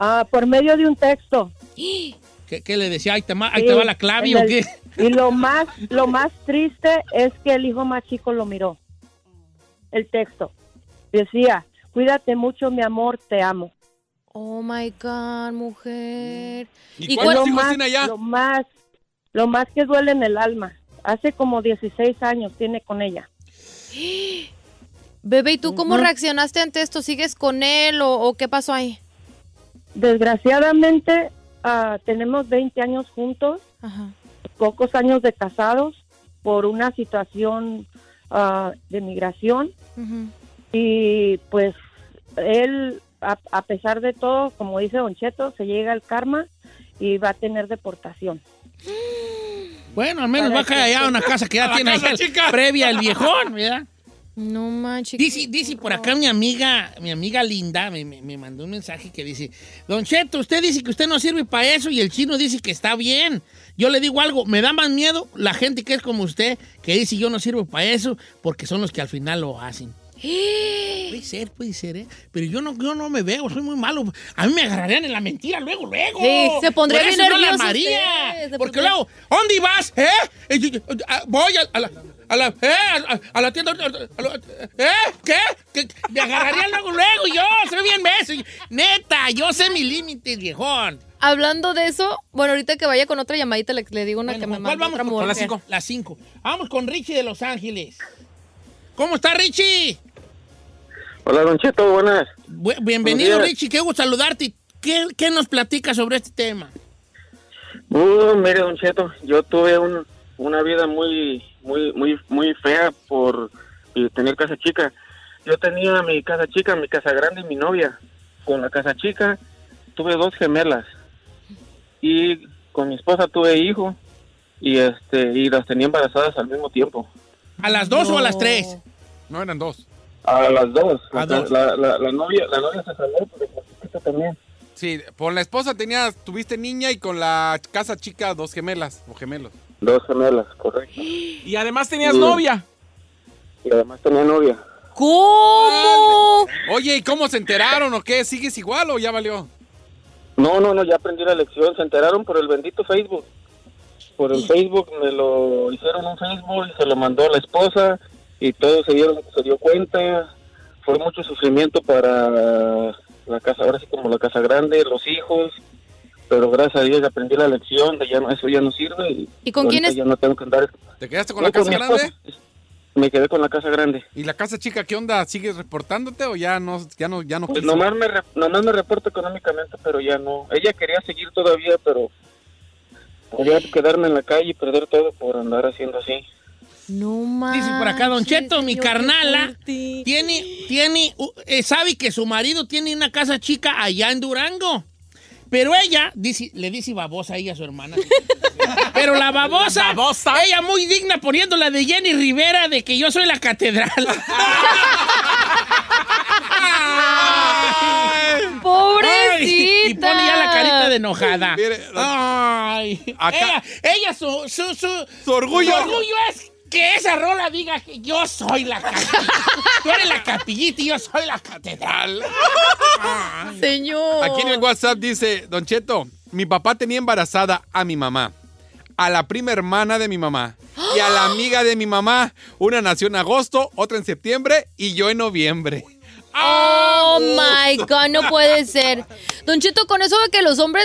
Speaker 10: Ah, por medio de un texto.
Speaker 3: ¿qué, qué le decía? Ahí te, ma- ahí
Speaker 10: Sí,
Speaker 3: te va la clave
Speaker 10: en
Speaker 3: o
Speaker 10: el- *laughs*
Speaker 3: qué.
Speaker 10: Y lo más, lo más triste es que el hijo más chico lo miró. El texto. Decía, cuídate mucho, mi amor, te amo.
Speaker 4: Oh my God, mujer.
Speaker 5: ¿Y
Speaker 4: ¿Y
Speaker 5: cuántos
Speaker 10: lo
Speaker 5: hijos
Speaker 10: más,
Speaker 5: tiene allá?
Speaker 10: lo más, lo más que duele en el alma. Hace como 16 años tiene con ella.
Speaker 4: Bebé, ¿y *gasps* tú cómo
Speaker 10: Ujú.
Speaker 4: reaccionaste ante esto? ¿Sigues con él o, o qué pasó ahí?
Speaker 10: Desgraciadamente, ah, tenemos 20 años juntos,
Speaker 4: Ajá.
Speaker 10: pocos años de casados, por una situación ah, de migración.
Speaker 4: Ujú.
Speaker 10: Y pues él, a, a pesar de todo, como dice Don Cheto, se llega al karma y va a tener deportación.
Speaker 3: Bueno, al menos
Speaker 10: Para
Speaker 3: va a caer allá a
Speaker 5: *laughs*
Speaker 3: una casa que ya
Speaker 5: la
Speaker 3: tiene
Speaker 5: casa
Speaker 3: allá
Speaker 5: chica.
Speaker 3: previa el viejón, ¿verdad?
Speaker 4: No manches.
Speaker 3: Dice, dice por acá mi amiga, mi amiga linda, me, me- me mandó un mensaje que dice, Don Cheto, usted dice que usted no sirve para eso y el chino dice que está bien. Yo le digo algo, me da más miedo la gente que es como usted, que dice yo no sirvo para eso, porque son los que al final lo hacen. Puede ser, puede ser, ¿eh? Pero yo no, yo no me veo, soy muy malo. A mí me agarrarían en la mentira luego, luego.
Speaker 4: Sí, se pondría
Speaker 3: Por eso
Speaker 4: bien
Speaker 3: no la
Speaker 4: nervioso
Speaker 3: armaría.
Speaker 4: usted, se
Speaker 3: Porque
Speaker 4: pondría-
Speaker 3: luego, ¿dónde vas? ¿Eh? Eh, yo- yo- ah, Voy a, a la, a la, eh, a- a- a la tienda. a la- ¿Eh? ¿Qué? ¿Qué? Me agarrarían luego, luego yo. Se ve bien beso. Neta, yo sé mi límite, viejón.
Speaker 4: Hablando de eso, bueno, ahorita que vaya con otra llamadita le, le digo una
Speaker 3: Bueno,
Speaker 4: que me
Speaker 3: ¿con ¿Cuál
Speaker 4: mandó
Speaker 3: vamos?
Speaker 4: otra
Speaker 3: Con
Speaker 4: mujer.
Speaker 3: las cinco. Las cinco. Vamos con Richie de Los Ángeles. ¿Cómo está, Richie?
Speaker 9: Hola, Don Cheto, buenas.
Speaker 3: Bu- Bienvenido,
Speaker 9: Buenos días.
Speaker 3: Richie. Qué gusto saludarte. ¿Qué, qué nos platicas sobre este tema?
Speaker 9: Uh, mire, Don Cheto, yo tuve un- una vida muy, muy, muy, muy fea por eh, tener casa chica. Yo tenía mi casa chica, mi casa grande y mi novia. Con la casa chica tuve dos gemelas y con mi esposa tuve hijo y este y las tenía embarazadas al mismo tiempo.
Speaker 3: ¿A las dos o a las
Speaker 4: No.
Speaker 3: tres?
Speaker 5: No eran dos.
Speaker 9: A las dos.
Speaker 3: A dos.
Speaker 9: Pues La, la- la novia, la novia se salió, pero la chiquita también.
Speaker 5: Sí, con la esposa tenías, tuviste niña y con la casa chica dos gemelas o gemelos.
Speaker 9: Dos gemelas, correcto.
Speaker 2: Y además tenías
Speaker 9: Sí.
Speaker 2: novia.
Speaker 9: Y además tenía novia.
Speaker 4: ¿Cómo?
Speaker 5: Oye, ¿y cómo se enteraron o qué? ¿Sigues igual o ya valió?
Speaker 9: No, no, no, ya aprendí la lección. Se enteraron por el bendito Facebook. Por el Facebook me lo hicieron un Facebook y se lo mandó la esposa y todo se dieron, se dio cuenta. Fue mucho sufrimiento para la casa, ahora sí como la casa grande, los hijos. Pero gracias a Dios ya aprendí la lección de ya no, eso ya no sirve.
Speaker 4: ¿Y con
Speaker 9: ahorita
Speaker 4: quién es-
Speaker 9: Ya no tengo que andar.
Speaker 5: ¿Te quedaste con
Speaker 9: No,
Speaker 5: la casa
Speaker 9: mi
Speaker 5: grande?
Speaker 9: esposa. me quedé con la casa grande.
Speaker 5: ¿Y la casa chica qué onda? ¿Sigues reportándote o ya no ya no ya no
Speaker 9: Pues nomás me, re- nomás me reporto económicamente, pero ya no. Ella quería seguir todavía, pero podía quedarme en la calle y perder todo por andar haciendo así.
Speaker 4: No más.
Speaker 3: Dice por acá, Don Cheto, mi carnala tiene, tiene, u- eh, sabe que su marido tiene una casa chica allá en Durango. Pero ella, dice, le dice babosa ahí a su hermana. Pero la babosa, ella muy digna poniéndola de Jenny Rivera de que yo soy la catedral. *laughs* *laughs* Ay, Y pone ya la carita de enojada. Ay, ella, ella su, su, su,
Speaker 5: orgullo.
Speaker 3: su orgullo es que esa rola diga que yo soy la catedral. Tú eres la capillita y yo soy la catedral.
Speaker 4: *laughs* Señor.
Speaker 5: Aquí en el WhatsApp dice, Don Cheto, mi papá tenía embarazada a mi mamá, a la prima hermana de mi mamá y
Speaker 4: *gasps*
Speaker 5: a la amiga de mi mamá. Una nació en agosto, otra en septiembre y yo en noviembre.
Speaker 4: Oh my God, no puede ser. Don Cheto, con eso de que los hombres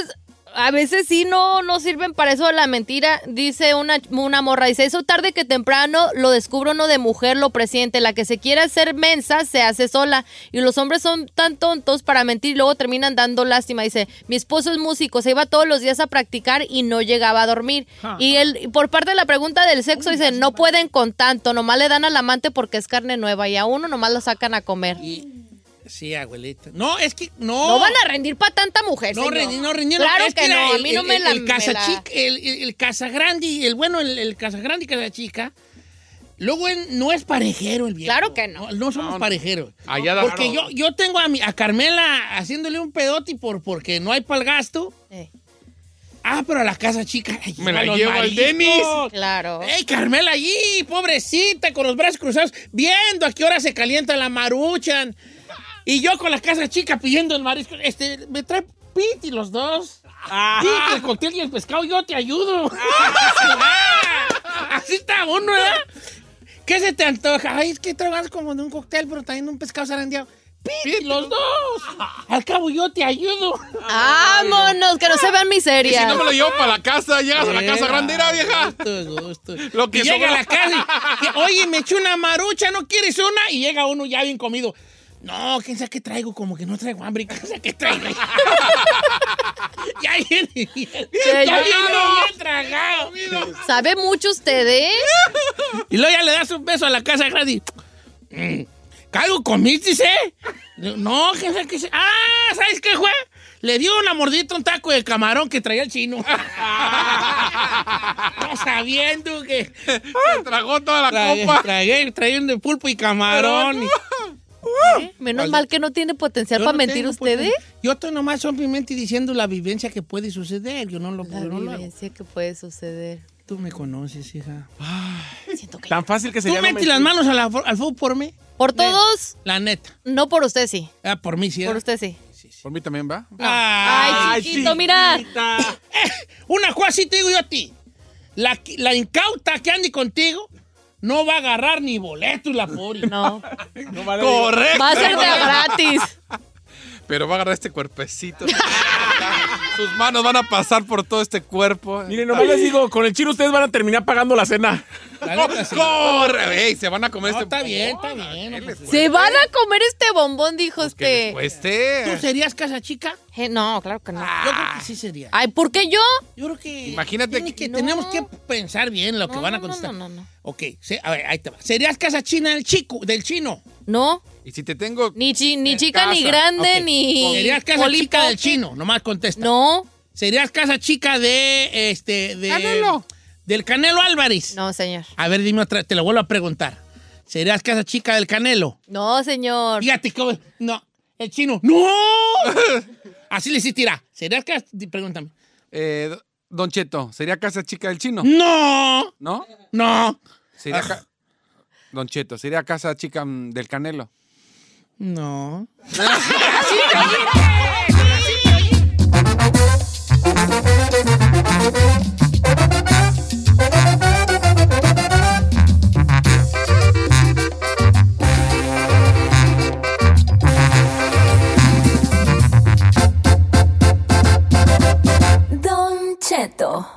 Speaker 4: a veces sí no, no sirven para eso de la mentira, dice una, una morra, dice, eso tarde que temprano lo descubre uno de mujer, lo presiente, la que se quiere hacer mensa se hace sola y los hombres son tan tontos para mentir y luego terminan dando lástima, dice, mi esposo es músico, se iba todos los días a practicar y no llegaba a dormir. Y él, y por parte de la pregunta del sexo, dice, no pueden con tanto, nomás le dan al amante porque es carne nueva y a uno nomás lo sacan a comer.
Speaker 3: Sí, abuelita. No, es que no.
Speaker 4: No van a rendir para tanta mujer.
Speaker 3: No,
Speaker 4: señor.
Speaker 3: rendi- no rendi- no.
Speaker 4: Claro
Speaker 3: Es
Speaker 4: que
Speaker 3: la-
Speaker 4: no. A
Speaker 3: el-
Speaker 4: mí no
Speaker 3: el-
Speaker 4: me la.
Speaker 3: El casa
Speaker 4: me la-
Speaker 3: chica, el, el, el casa grande, el bueno, el, el casa grande y casa chica. Luego en- no es parejero el viejo. Claro que no. No, somos parejeros.
Speaker 5: Allá da-
Speaker 3: Porque
Speaker 5: claro.
Speaker 3: yo, yo tengo a, mi- a Carmela haciéndole un pedote por, porque no hay para el gasto.
Speaker 4: Eh.
Speaker 3: Ah, pero a la casa chica.
Speaker 5: Me la
Speaker 3: a los
Speaker 5: llevo al
Speaker 3: mariscos.
Speaker 5: Denis.
Speaker 4: Claro.
Speaker 3: ¡Ey, Carmela allí! ¡Pobrecita! Con los brazos cruzados, viendo a qué hora se calienta la maruchan. Y yo con la casa chica pidiendo el marisco. Este, me trae piti los dos. Piti, el cóctel y el pescado, yo te ayudo. *laughs* Así está uno, ¿verdad? ¿Qué se te antoja? Ay, es que tragas como de un cóctel, pero también de un pescado zarandeado. ¡Piti, los dos! Al cabo, yo te ayudo.
Speaker 4: Vámonos, que no se vean
Speaker 5: Y si
Speaker 4: miserias.
Speaker 5: no me lo llevo para la casa, llegas a la casa
Speaker 3: Era.
Speaker 5: grande, era vieja. Lo que
Speaker 3: y llega
Speaker 5: sobra.
Speaker 3: a la casa
Speaker 5: *laughs*
Speaker 3: y, que, oye, me eché una marucha, ¿no quieres una? Y llega uno ya bien comido. No, quién sabe qué traigo, como que no traigo hambre, *laughs* quién sabe qué traigo. ya viene bien, ya viene bien tragado.
Speaker 4: ¿Sabe mucho usted, eh?
Speaker 3: Y luego ya le das un beso a la casa grande y... Mm, ¿qué algo comiste, eh? No, quién sabe qué... se- Ah, ¿sabes qué, fue? Le dio una mordita a un taco de camarón que traía el
Speaker 5: *laughs*
Speaker 3: chino. no sabiendo que...
Speaker 5: Se tragó toda la
Speaker 3: Tragué,
Speaker 5: copa.
Speaker 3: tragué, tragué un de pulpo y camarón. ¿Eh?
Speaker 4: Menos mal que no tiene potencial para mentir usted, ¿eh?
Speaker 3: Yo estoy nomás simplemente diciendo la vivencia que puede suceder. Yo no lo
Speaker 4: La
Speaker 3: puedo. no lo hago.
Speaker 4: vivencia que puede suceder.
Speaker 3: Tú me conoces, hija.
Speaker 5: Ah.
Speaker 2: Tan fácil que
Speaker 3: ¿Tú
Speaker 2: sería. no
Speaker 3: metí
Speaker 2: mentir.
Speaker 3: las manos a la- al fuego por mí?
Speaker 4: Por todos,
Speaker 3: La neta.
Speaker 4: no por usted sí.
Speaker 3: Ah, por mí sí.
Speaker 4: Por
Speaker 3: ¿eh?
Speaker 4: usted sí.
Speaker 5: Por mí también va.
Speaker 4: Ay, chiquito, mira.
Speaker 3: *laughs* Una cosa sí te digo yo a ti. La, que- la incauta que ande contigo no va a agarrar ni boleto la pobre.
Speaker 4: No.
Speaker 2: No vale.
Speaker 3: *laughs*
Speaker 5: Correcto.
Speaker 4: Va a ser de a gratis.
Speaker 5: Pero va a agarrar este cuerpecito. *laughs* Sus manos van a pasar por todo este cuerpo.
Speaker 2: Miren, nomás les digo, con el chino ustedes van a terminar pagando la cena.
Speaker 3: La neta
Speaker 5: *laughs*
Speaker 3: sí.
Speaker 5: ¡Corre! Ey, se van a comer
Speaker 3: No,
Speaker 5: este.
Speaker 3: está bien, está bien. no pasa
Speaker 4: Se van a comer este bombón, dijo usted.
Speaker 3: nada. ¿Tú
Speaker 5: Este.
Speaker 3: serías casa chica?
Speaker 4: Eh, no, claro que no.
Speaker 3: Yo creo que sí sería.
Speaker 4: Ay, ¿por qué yo?
Speaker 3: Yo creo que.
Speaker 5: Imagínate
Speaker 3: tiene
Speaker 5: que-
Speaker 3: que
Speaker 4: No.
Speaker 3: tenemos que pensar bien lo que
Speaker 4: No,
Speaker 3: van a
Speaker 4: no, no,
Speaker 3: contestar.
Speaker 4: no, no, no.
Speaker 3: Ok, se- a ver, ahí te va. ¿Serías casa china del chico, del chino?
Speaker 4: No,
Speaker 5: Y si te tengo.
Speaker 4: ni, chi- ni chica, ni
Speaker 5: casa.
Speaker 4: grande,
Speaker 3: Ok.
Speaker 4: ni.
Speaker 3: ¿Serías casa
Speaker 4: Polly
Speaker 3: chica del
Speaker 4: Pocket.
Speaker 3: chino? Nomás contesta.
Speaker 4: No,
Speaker 3: ¿Serías casa chica de este de
Speaker 4: Canelo.
Speaker 3: del Canelo Álvarez?
Speaker 4: Ah, no, señor.
Speaker 3: A ver, dime otra, te lo vuelvo a preguntar. ¿Serías casa chica del Canelo?
Speaker 4: No, señor.
Speaker 3: Fíjate cómo no, el chino. No. Así le sí tira. ¿Serías casa pregúntame?
Speaker 5: eh, do- don *laughs* Cheto, ¿sería casa chica del chino?
Speaker 3: No.
Speaker 5: ¿No?
Speaker 3: No.
Speaker 5: Sería
Speaker 3: Ah.
Speaker 5: ca- Don Cheto, ¿sería casa chica mm, del Canelo?
Speaker 3: No.
Speaker 8: Don Cheto.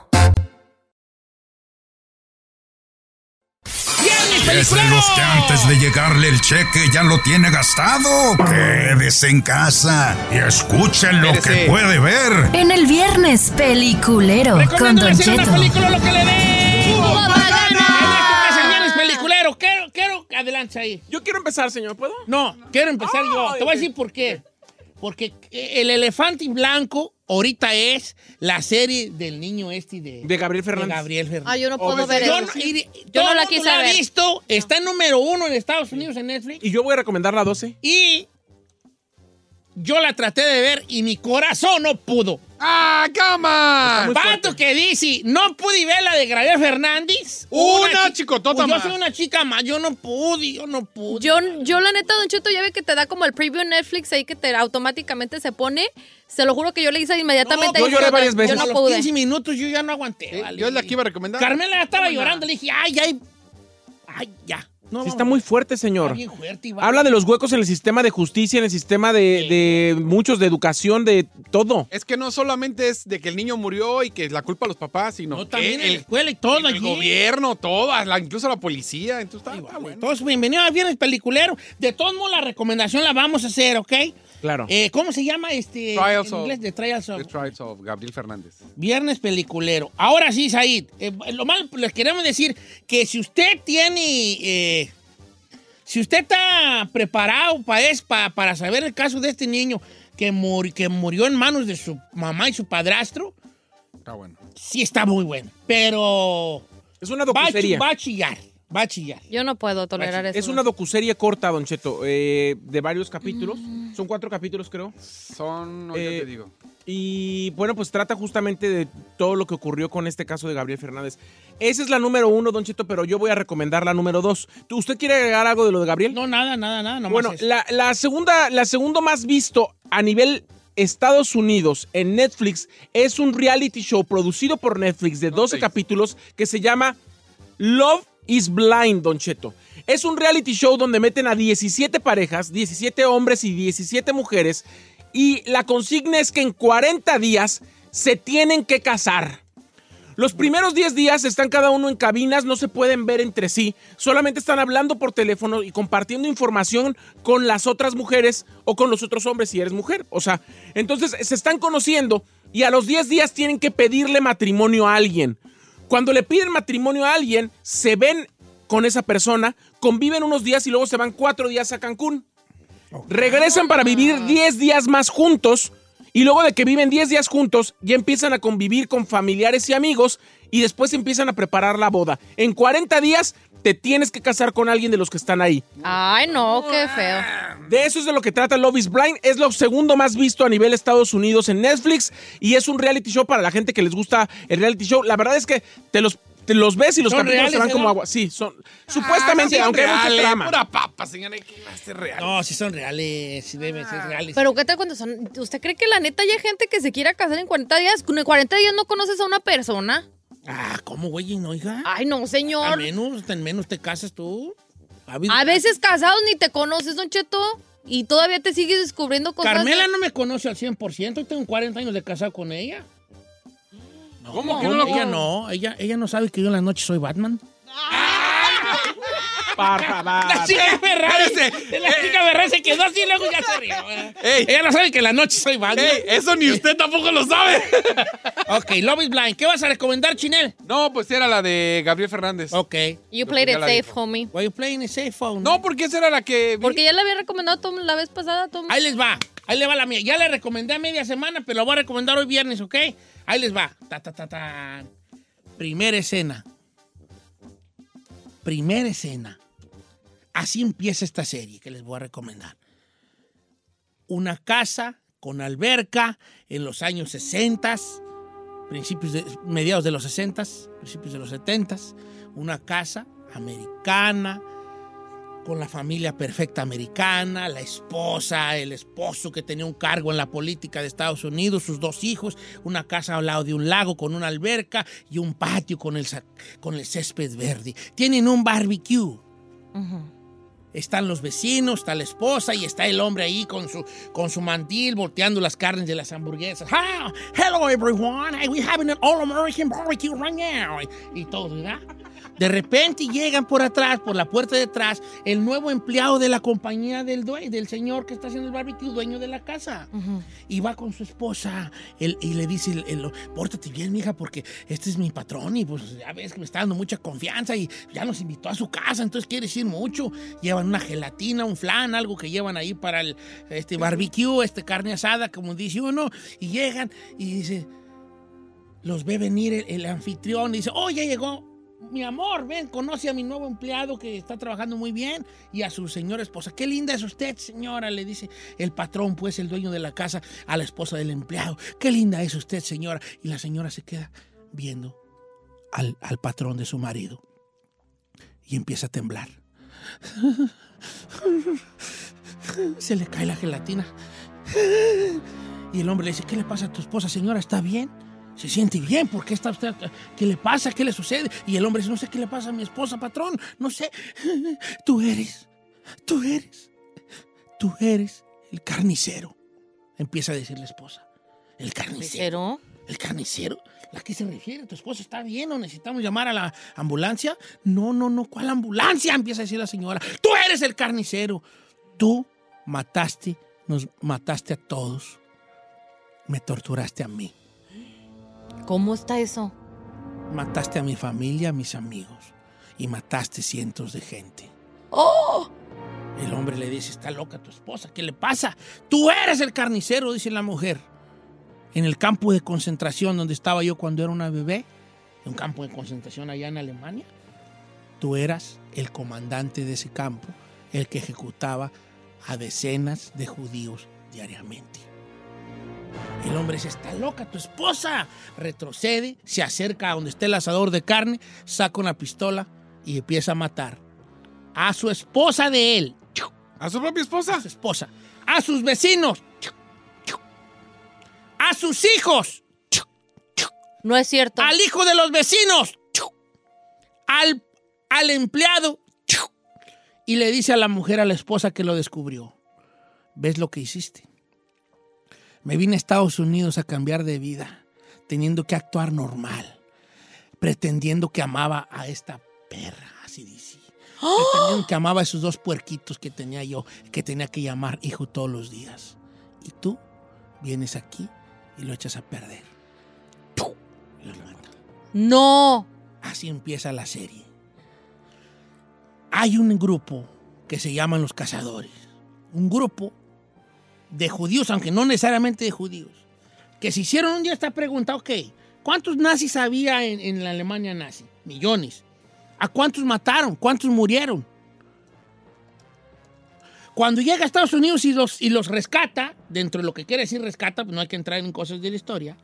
Speaker 3: Viernes,
Speaker 11: Es de los que antes de llegarle el cheque ya lo tiene gastado. Quédese en casa y escuchen lo que puede ver.
Speaker 8: En el viernes peliculero con Don
Speaker 3: Recomiéndame hacer una
Speaker 8: Cheto.
Speaker 3: película lo que le dé.
Speaker 8: ¡Puro
Speaker 3: En
Speaker 8: banana!
Speaker 3: este señores peliculero, quiero, quiero, adelante ahí.
Speaker 2: Yo quiero empezar, señor, ¿puedo?
Speaker 3: No, quiero empezar yo. Te voy a decir por qué. Porque el elefante blanco ahorita es la serie del niño este de,
Speaker 2: De Gabriel Fernández.
Speaker 3: Gabriel Fernández.
Speaker 4: Ah, yo no puedo ver
Speaker 3: Yo
Speaker 4: eso.
Speaker 3: no- y-
Speaker 4: Yo no
Speaker 3: todo
Speaker 4: la
Speaker 3: el mundo
Speaker 4: quise ver.
Speaker 3: ha visto, está número uno en Estados Unidos en Netflix.
Speaker 2: Y yo voy a recomendar la 12.
Speaker 3: Y yo la traté de ver y mi corazón no pudo. ¡Ah, cama! Pato que dice, no pude ver la de Gabriel Fernández.
Speaker 5: Una
Speaker 3: chi-
Speaker 5: chicotota
Speaker 3: Yo
Speaker 5: más.
Speaker 3: soy una chica más, yo no pude, yo no pude.
Speaker 4: Yo, yo la neta, Don Cheto, ya ve que te da como el preview en Netflix ahí que te automáticamente se pone. Se lo juro que yo le hice inmediatamente. ahí, pero Yo no
Speaker 3: A los
Speaker 4: pude.
Speaker 3: 15 minutos yo ya no aguanté. vale.
Speaker 5: Yo es la que iba a recomendar.
Speaker 3: Carmela ya estaba
Speaker 5: Buena.
Speaker 3: llorando, le dije, ay, ay. Ay, ya. No,
Speaker 2: Sí está muy fuerte, señor.
Speaker 3: Está bien fuerte, Iván.
Speaker 2: Habla de los huecos en el sistema de justicia, en el sistema de, de muchos, de educación, de todo.
Speaker 5: Es que no solamente es de que el niño murió y que la culpa a los papás, sino que
Speaker 3: también en
Speaker 5: el,
Speaker 3: la escuela y todo
Speaker 5: el
Speaker 3: allí.
Speaker 5: gobierno, todas, la- incluso la policía. Entonces está, está bueno.
Speaker 3: Entonces, bienvenido a Viernes Peliculero. De todos modos, la recomendación la vamos a hacer, ¿ok?
Speaker 2: Claro.
Speaker 3: Eh, ¿Cómo se llama este
Speaker 5: Trials
Speaker 3: en
Speaker 5: of-
Speaker 3: inglés? The Trials of-
Speaker 5: The Trials of Gabriel Fernández.
Speaker 3: Viernes Peliculero. Ahora sí, Said. eh, lo más les queremos decir que si usted tiene... eh, si usted está preparado para, es, pa- para saber el caso de este niño que, mur- que murió en manos de su mamá y su padrastro,
Speaker 5: Está bueno.
Speaker 3: sí está muy bueno. Pero...
Speaker 2: Es una
Speaker 3: va a chi-
Speaker 2: docuserie.
Speaker 3: Va a chillar, va a chillar.
Speaker 4: Yo no
Speaker 3: Pues,
Speaker 4: puedo tolerar
Speaker 3: eh,
Speaker 4: eso.
Speaker 2: Es una docuserie corta, Don Cheto, eh, de varios capítulos.
Speaker 4: Mm.
Speaker 2: Son cuatro capítulos, creo.
Speaker 5: Son, no,
Speaker 2: Eh,
Speaker 5: yo te digo.
Speaker 2: Y bueno, pues trata justamente de todo lo que ocurrió con este caso de Gabriel Fernández. Esa es la número uno, Don Cheto, pero yo voy a recomendar la número dos. ¿Tú- ¿Usted quiere agregar algo de lo de Gabriel?
Speaker 3: No, nada, nada, nada. nomás
Speaker 2: bueno,
Speaker 3: eso.
Speaker 2: la, la segunda, la segundo más visto a nivel Estados Unidos en Netflix es un reality show producido por Netflix de 12 capítulos que se llama Love is Blind, Don Cheto. Es un reality show donde meten a 17 parejas, 17 hombres y 17 mujeres. Y la consigna es que en 40 días se tienen que casar. Los primeros 10 días están cada uno en cabinas, no se pueden ver entre sí, solamente están hablando por teléfono y compartiendo información con las otras mujeres o con los otros hombres si eres mujer. O sea, entonces se están conociendo y a los 10 días tienen que pedirle matrimonio a alguien. Cuando le piden matrimonio a alguien, se ven con esa persona, conviven unos días y luego se van cuatro días a Cancún. Regresan para
Speaker 3: Ah.
Speaker 2: vivir 10 días más juntos y luego de que viven 10 días juntos ya empiezan a convivir con familiares y amigos y después empiezan a preparar la boda. En 40 días te tienes que casar con alguien de los que están ahí.
Speaker 4: Ay, no,
Speaker 3: Ah,
Speaker 4: qué feo.
Speaker 2: De eso es de lo que trata Love is Blind. Es lo segundo más visto a nivel Estados Unidos en Netflix y es un reality show para la gente que les gusta el reality show. La verdad es que te los, te los ves y los
Speaker 3: ¿Son
Speaker 2: capítulos se
Speaker 3: reales, ¿eh?
Speaker 2: van como
Speaker 3: Eduardo?
Speaker 2: agua. Sí, son supuestamente,
Speaker 5: Ah, sí,
Speaker 2: aunque hay mucho
Speaker 5: reales,
Speaker 2: drama.
Speaker 5: Pura papa, señora, que va a ser real.
Speaker 3: No, si son reales, si deben ser reales.
Speaker 4: Ah. Pero ¿qué tal cuando son? ¿Usted cree que la neta hay gente que se quiera casar en 40 días? En 40 días no conoces a una persona.
Speaker 3: Ah, ¿cómo, güey? No, hija.
Speaker 4: Ay, no,
Speaker 3: Al
Speaker 4: Ah, señor.
Speaker 3: menos, al menos te casas tú. Ha habido-
Speaker 4: A veces casados ni te conoces, Don Cheto. Y todavía te sigues descubriendo cosas.
Speaker 3: Carmela no me conoce al 100%. Yo tengo 40 años de casado con ella.
Speaker 5: ¿Cómo que
Speaker 3: ¿Cómo?
Speaker 5: no lo
Speaker 3: Ella no. Ella, ella no sabe que yo en las noches soy Batman.
Speaker 2: Parpa,
Speaker 3: *laughs*
Speaker 5: Ah,
Speaker 3: La
Speaker 2: parpa.
Speaker 3: chica Ferrari.
Speaker 5: Espérese.
Speaker 3: La chica
Speaker 2: eh,
Speaker 3: Ferrari se quedó así y luego ya se rió.
Speaker 5: Ey.
Speaker 3: Ella no sabe que en las noches soy Batman.
Speaker 5: Ey, eso ni usted tampoco lo sabe.
Speaker 3: *laughs* Ok, Love is Blind. ¿Qué vas a recomendar, Chinel?
Speaker 5: No, pues era la de Gabriel Fernández.
Speaker 3: Ok.
Speaker 4: You
Speaker 5: Yo
Speaker 4: played
Speaker 5: ya
Speaker 4: it
Speaker 5: la
Speaker 4: safe,
Speaker 3: pues.
Speaker 5: dijo.
Speaker 4: homie.
Speaker 3: Why you playing a safe phone?
Speaker 5: No, porque esa era la que. vi.
Speaker 4: Porque ya le había recomendado a Tom la vez pasada, Tom.
Speaker 3: Ahí les va. Ahí le va la mía. Ya le recomendé a media semana, pero la voy a recomendar hoy viernes, ¿ok? Ahí les va. Ta, ta, ta, ta. Primera escena. Primera escena. Así empieza esta serie que les voy a recomendar. Una casa con alberca en los años 60, principios de, mediados de los 60, principios de los 70. Una casa americana, con la familia perfecta americana, la esposa, el esposo que tenía un cargo en la política de Estados Unidos, sus dos hijos, una casa al lado de un lago con una alberca y un patio con el, sa- con el césped verde. Tienen un barbecue. Están los vecinos, está la esposa y está el hombre ahí con su, con su mantil volteando las carnes de las hamburguesas. Ah, hello everyone, we're having an all-American barbecue right now. Y todo, ¿verdad? De repente llegan por atrás, por la puerta de atrás, el nuevo empleado de la compañía del due- del señor que está haciendo el barbecue, dueño de la casa. Y va con su esposa el- y le dice, el, el- pórtate bien, mija, porque este es mi patrón y pues ya ves que me está dando mucha confianza y ya nos invitó a su casa, entonces quiere decir mucho. Llevan una gelatina, un flan, algo que llevan ahí para el este barbecue, este carne asada, como dice uno, y llegan y dice, los ve venir el, el anfitrión y dice, oh, ya llegó, mi amor, ven, conoce a mi nuevo empleado que está trabajando muy bien y a su señora esposa. Qué linda es usted, señora, le dice el patrón, pues el dueño de la casa, a la esposa del empleado. Qué linda es usted, señora. Y la señora se queda viendo al, al patrón de su marido y empieza a temblar. *laughs* Se le cae la gelatina. Y el hombre le dice, ¿qué le pasa a tu esposa, señora? ¿Está bien? ¿Se siente bien? ¿Por qué está usted? acá? ¿Qué le pasa? ¿Qué le sucede? Y el hombre dice, no sé qué le pasa a mi esposa, patrón. No sé. *laughs* Tú eres, tú eres, tú eres el carnicero. Empieza a decir la esposa. El carnicero. ¿El carnicero? ¿A qué se refiere? ¿Tu esposa está bien o necesitamos llamar a la ambulancia? No, no, no. ¿Cuál ambulancia? Empieza a decir la señora. Tú eres el carnicero. Tú mataste, nos mataste a todos. Me torturaste a mí.
Speaker 4: ¿Cómo está eso?
Speaker 3: Mataste a mi familia, a mis amigos. Y mataste cientos de gente.
Speaker 4: ¡Oh!
Speaker 3: El hombre le dice, está loca tu esposa, ¿qué le pasa? Tú eres el carnicero, dice la mujer. En el campo de concentración donde estaba yo cuando era una bebé, en un campo de concentración allá en Alemania, tú eras el comandante de ese campo, el que ejecutaba a decenas de judíos diariamente. El hombre dice, está loca tu esposa. Retrocede, se acerca a donde está el asador de carne, saca una pistola y empieza a matar a su esposa de él. ¿A su propia esposa? A su esposa. A sus vecinos. A sus hijos.
Speaker 4: No es cierto.
Speaker 3: Al hijo de los vecinos. Al, al empleado. Y le dice a la mujer, a la esposa que lo descubrió. ¿Ves lo que hiciste? Me vine a Estados Unidos a cambiar de vida, teniendo que actuar normal, pretendiendo que amaba a esta perra, así dice. Pretendiendo que amaba a esos dos puerquitos que tenía yo, que tenía que llamar hijo todos los días. Y tú vienes aquí y lo echas a perder. ¡Pum! Y lo mata.
Speaker 4: No.
Speaker 3: Así empieza la serie. Hay un grupo que se llaman los cazadores. Un grupo de judíos, aunque no necesariamente de judíos, que se hicieron un día esta pregunta, ok, ¿cuántos nazis había en, en la Alemania nazi? Millones. ¿A cuántos mataron? ¿Cuántos murieron? Cuando llega a Estados Unidos y los, y los rescata, dentro de lo que quiere decir rescata, pues no hay que entrar en cosas de la historia,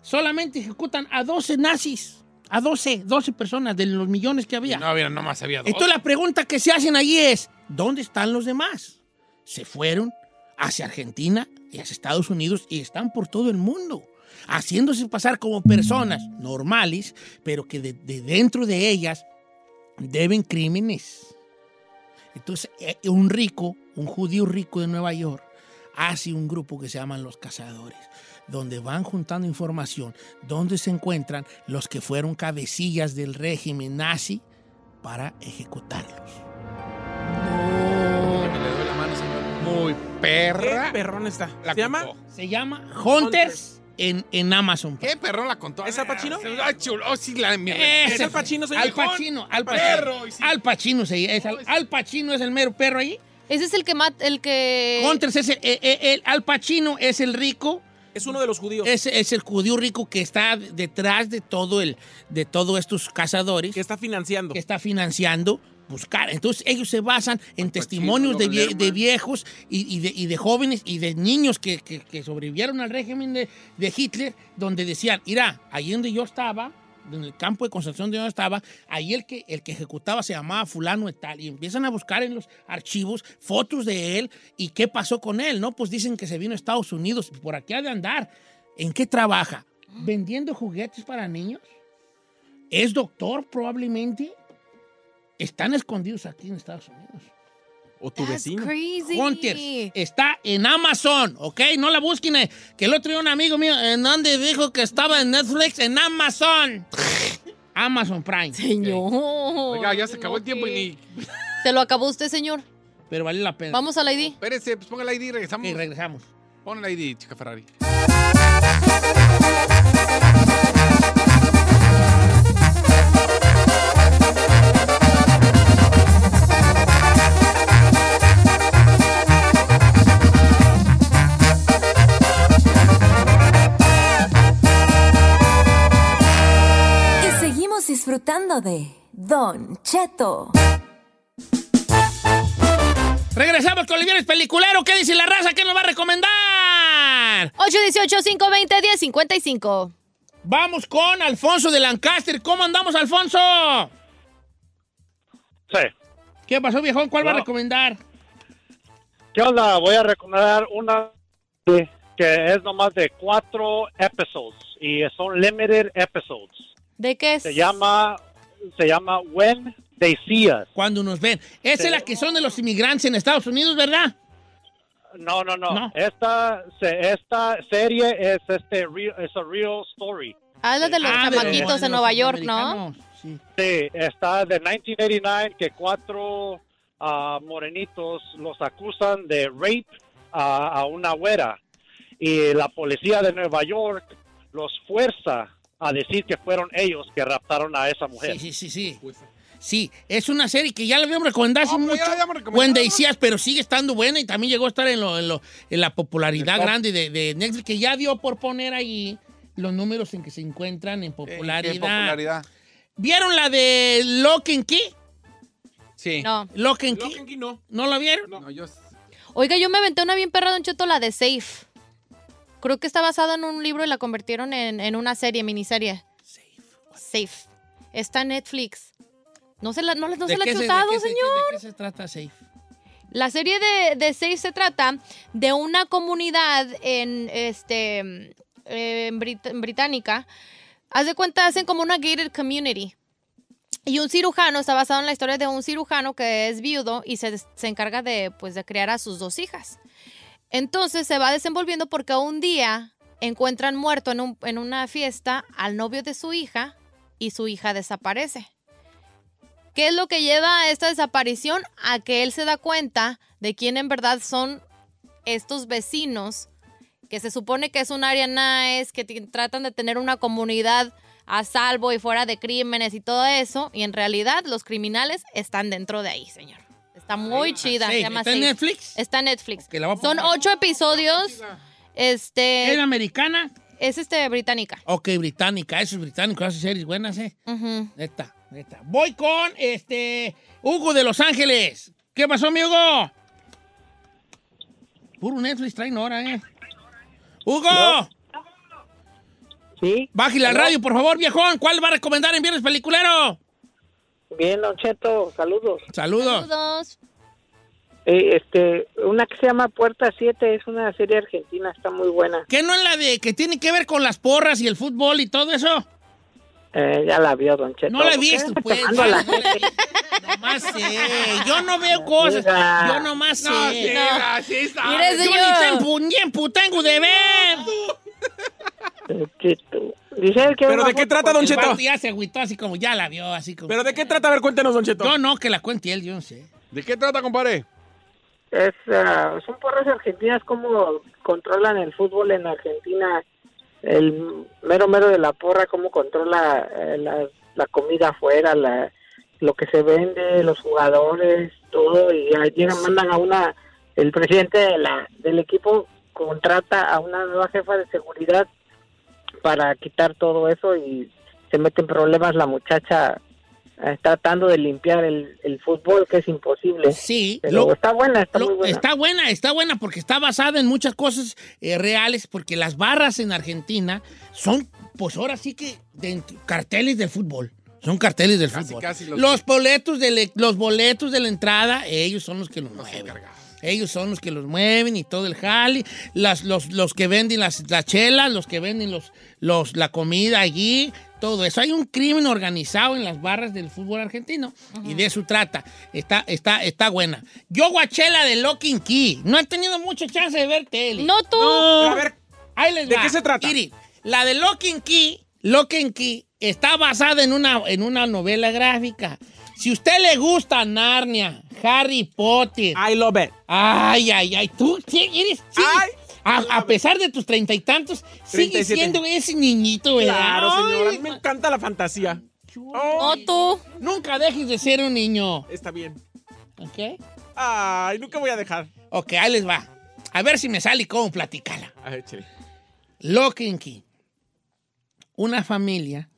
Speaker 3: solamente ejecutan a 12 nazis, a 12, 12 personas de los millones que había.
Speaker 5: No había, nomás había dos.
Speaker 3: Entonces la pregunta que se hacen allí es, ¿dónde están los demás? Se fueron hacia Argentina y hacia Estados Unidos y están por todo el mundo, haciéndose pasar como personas normales, pero que de, de dentro de ellas deben crímenes. Entonces eh, un rico, un judío rico de Nueva York, hace un grupo que se llaman los cazadores donde van juntando información, donde se encuentran los que fueron cabecillas del régimen nazi para ejecutarlos.
Speaker 5: Muy
Speaker 2: ¿Qué
Speaker 5: perra.
Speaker 2: perrón está? ¿Se llama?
Speaker 3: Se llama Hunters en, en Amazon.
Speaker 5: ¿Qué perrón la contó? ¿Es Al Pacino? Ah, chulo. Oh, sí, la mi
Speaker 3: Ese-
Speaker 5: respeto.
Speaker 3: Al Pacino, Al Pacino. Al Pacino, sí, es al, Al Pacino es el mero perro ahí.
Speaker 4: Ese es el que mata, el que...
Speaker 3: Hunters es el, eh, eh, el- Al Pacino es el rico.
Speaker 2: Es uno de los judíos.
Speaker 3: Es, es el judío rico que está detrás de todo el de todos estos cazadores. Que
Speaker 2: está financiando.
Speaker 3: Que está financiando buscar. Entonces ellos se basan en testimonios de, vie- de viejos y, y de, y de jóvenes y de niños que, que- que sobrevivieron al régimen de, de Hitler, donde decían, mira, ahí donde yo estaba, en el campo de concentración donde yo estaba, ahí el que, el que ejecutaba se llamaba fulano de tal, y empiezan a buscar en los archivos fotos de él y qué pasó con él, ¿no? Pues dicen que se vino a Estados Unidos, por aquí ha de andar. ¿En qué trabaja? ¿Vendiendo juguetes para niños? ¿Es doctor probablemente? Están escondidos aquí en Estados Unidos.
Speaker 2: O tu vecino.
Speaker 4: Crazy.
Speaker 3: Hunters está en Amazon, ¿ok? No la busquen. eh, Que el otro día un amigo mío, en donde dijo que estaba en Netflix, en Amazon. *laughs* Amazon Prime.
Speaker 4: Señor.
Speaker 5: Oiga, ya se acabó el tiempo y ni.
Speaker 4: Se lo acabó usted, señor.
Speaker 3: Pero vale la pena.
Speaker 4: Vamos al ID.
Speaker 5: Espérese, pues ponga el ID y regresamos.
Speaker 3: Y regresamos.
Speaker 5: Pon el ID, chica Ferrari.
Speaker 8: Y seguimos disfrutando de Don Cheto.
Speaker 3: Regresamos con el viernes peliculero. ¿Qué dice la raza? ¿Qué nos va a recomendar?
Speaker 4: 818-520-1055.
Speaker 3: Vamos con Alfonso de Lancaster. ¿Cómo andamos, Alfonso?
Speaker 12: Sí.
Speaker 3: ¿Qué pasó, viejón? ¿Cuál va a
Speaker 12: No.
Speaker 3: recomendar?
Speaker 12: ¿Qué onda? Voy a recomendar una que es nomás de cuatro episodes y son limited episodes.
Speaker 4: ¿De qué es?
Speaker 12: Se llama, se llama When They See Us.
Speaker 3: Cuando nos ven. Esa
Speaker 12: Sí.
Speaker 3: es la que son de los inmigrantes en Estados Unidos, ¿verdad?
Speaker 12: No, no, no. Esta, se- esta serie es este real, es a real story.
Speaker 4: Habla de los
Speaker 12: Ah, de
Speaker 4: chamaquitos
Speaker 12: los-
Speaker 4: en Nueva
Speaker 12: de los
Speaker 4: York, ¿no?
Speaker 12: Sí, está de 1989 que cuatro ah, morenitos los acusan de rape a, a una güera y la policía de Nueva York los fuerza a decir que fueron ellos que raptaron a esa mujer.
Speaker 3: Sí, sí, sí, sí. Sí, es una serie que ya pues la habíamos recomendado hace mucho.
Speaker 5: recomendado.
Speaker 3: Buen decías, pero sigue estando buena y también llegó a estar en, lo- en, lo- en la popularidad
Speaker 5: El top.
Speaker 3: grande de, de Netflix, que ya dio por poner ahí los números en que se encuentran en popularidad.
Speaker 5: En popularidad.
Speaker 3: ¿Vieron la de Lock and Key?
Speaker 5: Sí.
Speaker 4: No.
Speaker 3: Lock and Key. no. ¿No la vieron?
Speaker 5: No, yo.
Speaker 4: Oiga, yo me aventé una bien perra, Don Cheto, la de Safe. Creo que está basada en un libro y la convirtieron en, en una serie, miniserie. Safe. Safe. Está en Netflix. No se la, no, no
Speaker 3: ¿De
Speaker 4: se la
Speaker 3: qué
Speaker 4: he
Speaker 3: se- de
Speaker 4: chutado,
Speaker 3: qué se- de-
Speaker 4: señor.
Speaker 3: ¿De qué se trata Safe?
Speaker 4: La serie de, de Safe se trata de una comunidad en este eh, en Brit- en británica. Haz de cuenta, hacen como una gated community. Y un cirujano, está basado en la historia de un cirujano que es viudo y se, se encarga de, pues, de criar a sus dos hijas. Entonces se va desenvolviendo porque un día encuentran muerto en, un- en una fiesta al novio de su hija y su hija desaparece. ¿Qué es lo que lleva a esta desaparición? A que él se da cuenta de quién en verdad son estos vecinos, que se supone que es un área nice, que ti- tratan de tener una comunidad a salvo y fuera de crímenes y todo eso, y en realidad los criminales están dentro de ahí, señor. Está muy chida. se
Speaker 3: Safe.
Speaker 4: llama
Speaker 3: Ah, ¿Está en
Speaker 4: Safe.
Speaker 3: Netflix?
Speaker 4: Está en Netflix.
Speaker 3: Que la voy a
Speaker 4: Son
Speaker 3: poner.
Speaker 4: ocho episodios. Este.
Speaker 3: ¿Es americana?
Speaker 4: Es este británica.
Speaker 3: Ok, británica. Eso es británico. Hace series buenas, ¿eh?
Speaker 4: Ujú.
Speaker 3: Neta, neta. Voy con este Hugo de Los Ángeles. ¿Qué pasó, mi Hugo? Puro Netflix traen ahora, ¿eh? ¡Hugo!
Speaker 13: Sí.
Speaker 3: Bájale al
Speaker 13: Hello.
Speaker 3: radio, por favor, viejón. ¿Cuál va a recomendar en Viernes Peliculero?
Speaker 13: Bien, Don Cheto, saludos.
Speaker 3: Saludos.
Speaker 4: Saludos.
Speaker 13: Eh, este, una que se llama Puerta 7 es una serie argentina, está muy buena.
Speaker 3: ¿Qué no es la de que tiene que ver con las porras y el fútbol y todo eso?
Speaker 13: Eh, ya la vio, Don Cheto. Eh,
Speaker 3: No la he
Speaker 13: ¿Por qué
Speaker 3: visto,
Speaker 13: está
Speaker 3: pues.
Speaker 13: tomándola?
Speaker 3: No la he visto. Nomás sé. Yo no veo cosas.
Speaker 13: diga.
Speaker 3: Yo nomás sé.
Speaker 5: No, sí, No. sí, sí, Mire,
Speaker 3: Yo ni
Speaker 5: señor.
Speaker 3: tan pu- ni en pu- tengo de ver.
Speaker 2: ¿Pero de qué trata, Don
Speaker 3: El
Speaker 2: Cheto?
Speaker 3: vato Ya se agüitó así como ya la vio, así como.
Speaker 2: ¿Pero de qué trata? A ver, cuéntenos, Don Cheto.
Speaker 3: No, no, que la cuente él, yo no sé.
Speaker 5: ¿De qué trata, compadre?
Speaker 13: Es, ah, son porras argentinas como controlan el fútbol en Argentina, el mero mero de la porra, cómo controla eh, la, la comida afuera, la, lo que se vende, los jugadores, todo, y ahí llegan, mandan a una, el presidente de la, del equipo contrata a una nueva jefa de seguridad para quitar todo eso y se mete en problemas la muchacha eh, tratando de limpiar el, el fútbol que es imposible.
Speaker 3: Sí,
Speaker 13: pero
Speaker 3: lo-
Speaker 13: está buena, está muy buena.
Speaker 3: Está buena, está buena porque está basada en muchas cosas eh, reales, porque las barras en Argentina son, pues ahora sí que, dentro- carteles del fútbol. Son carteles del fútbol.
Speaker 5: casi los-
Speaker 3: los, boletos de la- los boletos de la entrada, ellos son los que los mueven. Ellos son los que los mueven y todo el jali, las, los, los que venden las, las chelas, los que venden los, los, la comida allí, todo eso. Hay un crimen organizado en las barras del fútbol argentino y de eso trata. Está, está, está buena. Yo guachela de Locking Key. No he tenido mucha chance de ver tele.
Speaker 4: No tú.
Speaker 3: No. Ahí les
Speaker 2: ¿De
Speaker 3: va.
Speaker 2: qué se trata?
Speaker 3: Mire, la de Locking Key, Locking Key está basada en una, en una novela gráfica. Si usted le gusta Narnia, Harry Potter.
Speaker 2: I love it.
Speaker 3: Ay, ay, ay. Tú ¿qué eres. Sí. a, a pesar de tus treinta y tantos, sigue
Speaker 2: 37.
Speaker 3: siendo ese niñito, ¿verdad?
Speaker 2: Claro, señora.
Speaker 3: Ay,
Speaker 2: Me encanta la fantasía.
Speaker 4: No tú.
Speaker 3: Nunca dejes de ser un niño.
Speaker 2: Está bien.
Speaker 3: ¿Ok?
Speaker 2: Ay, nunca voy a dejar.
Speaker 3: Ok, ahí les va. A ver si me sale y cómo platicarla.
Speaker 2: A ver, chile.
Speaker 3: Locking Key. Una familia.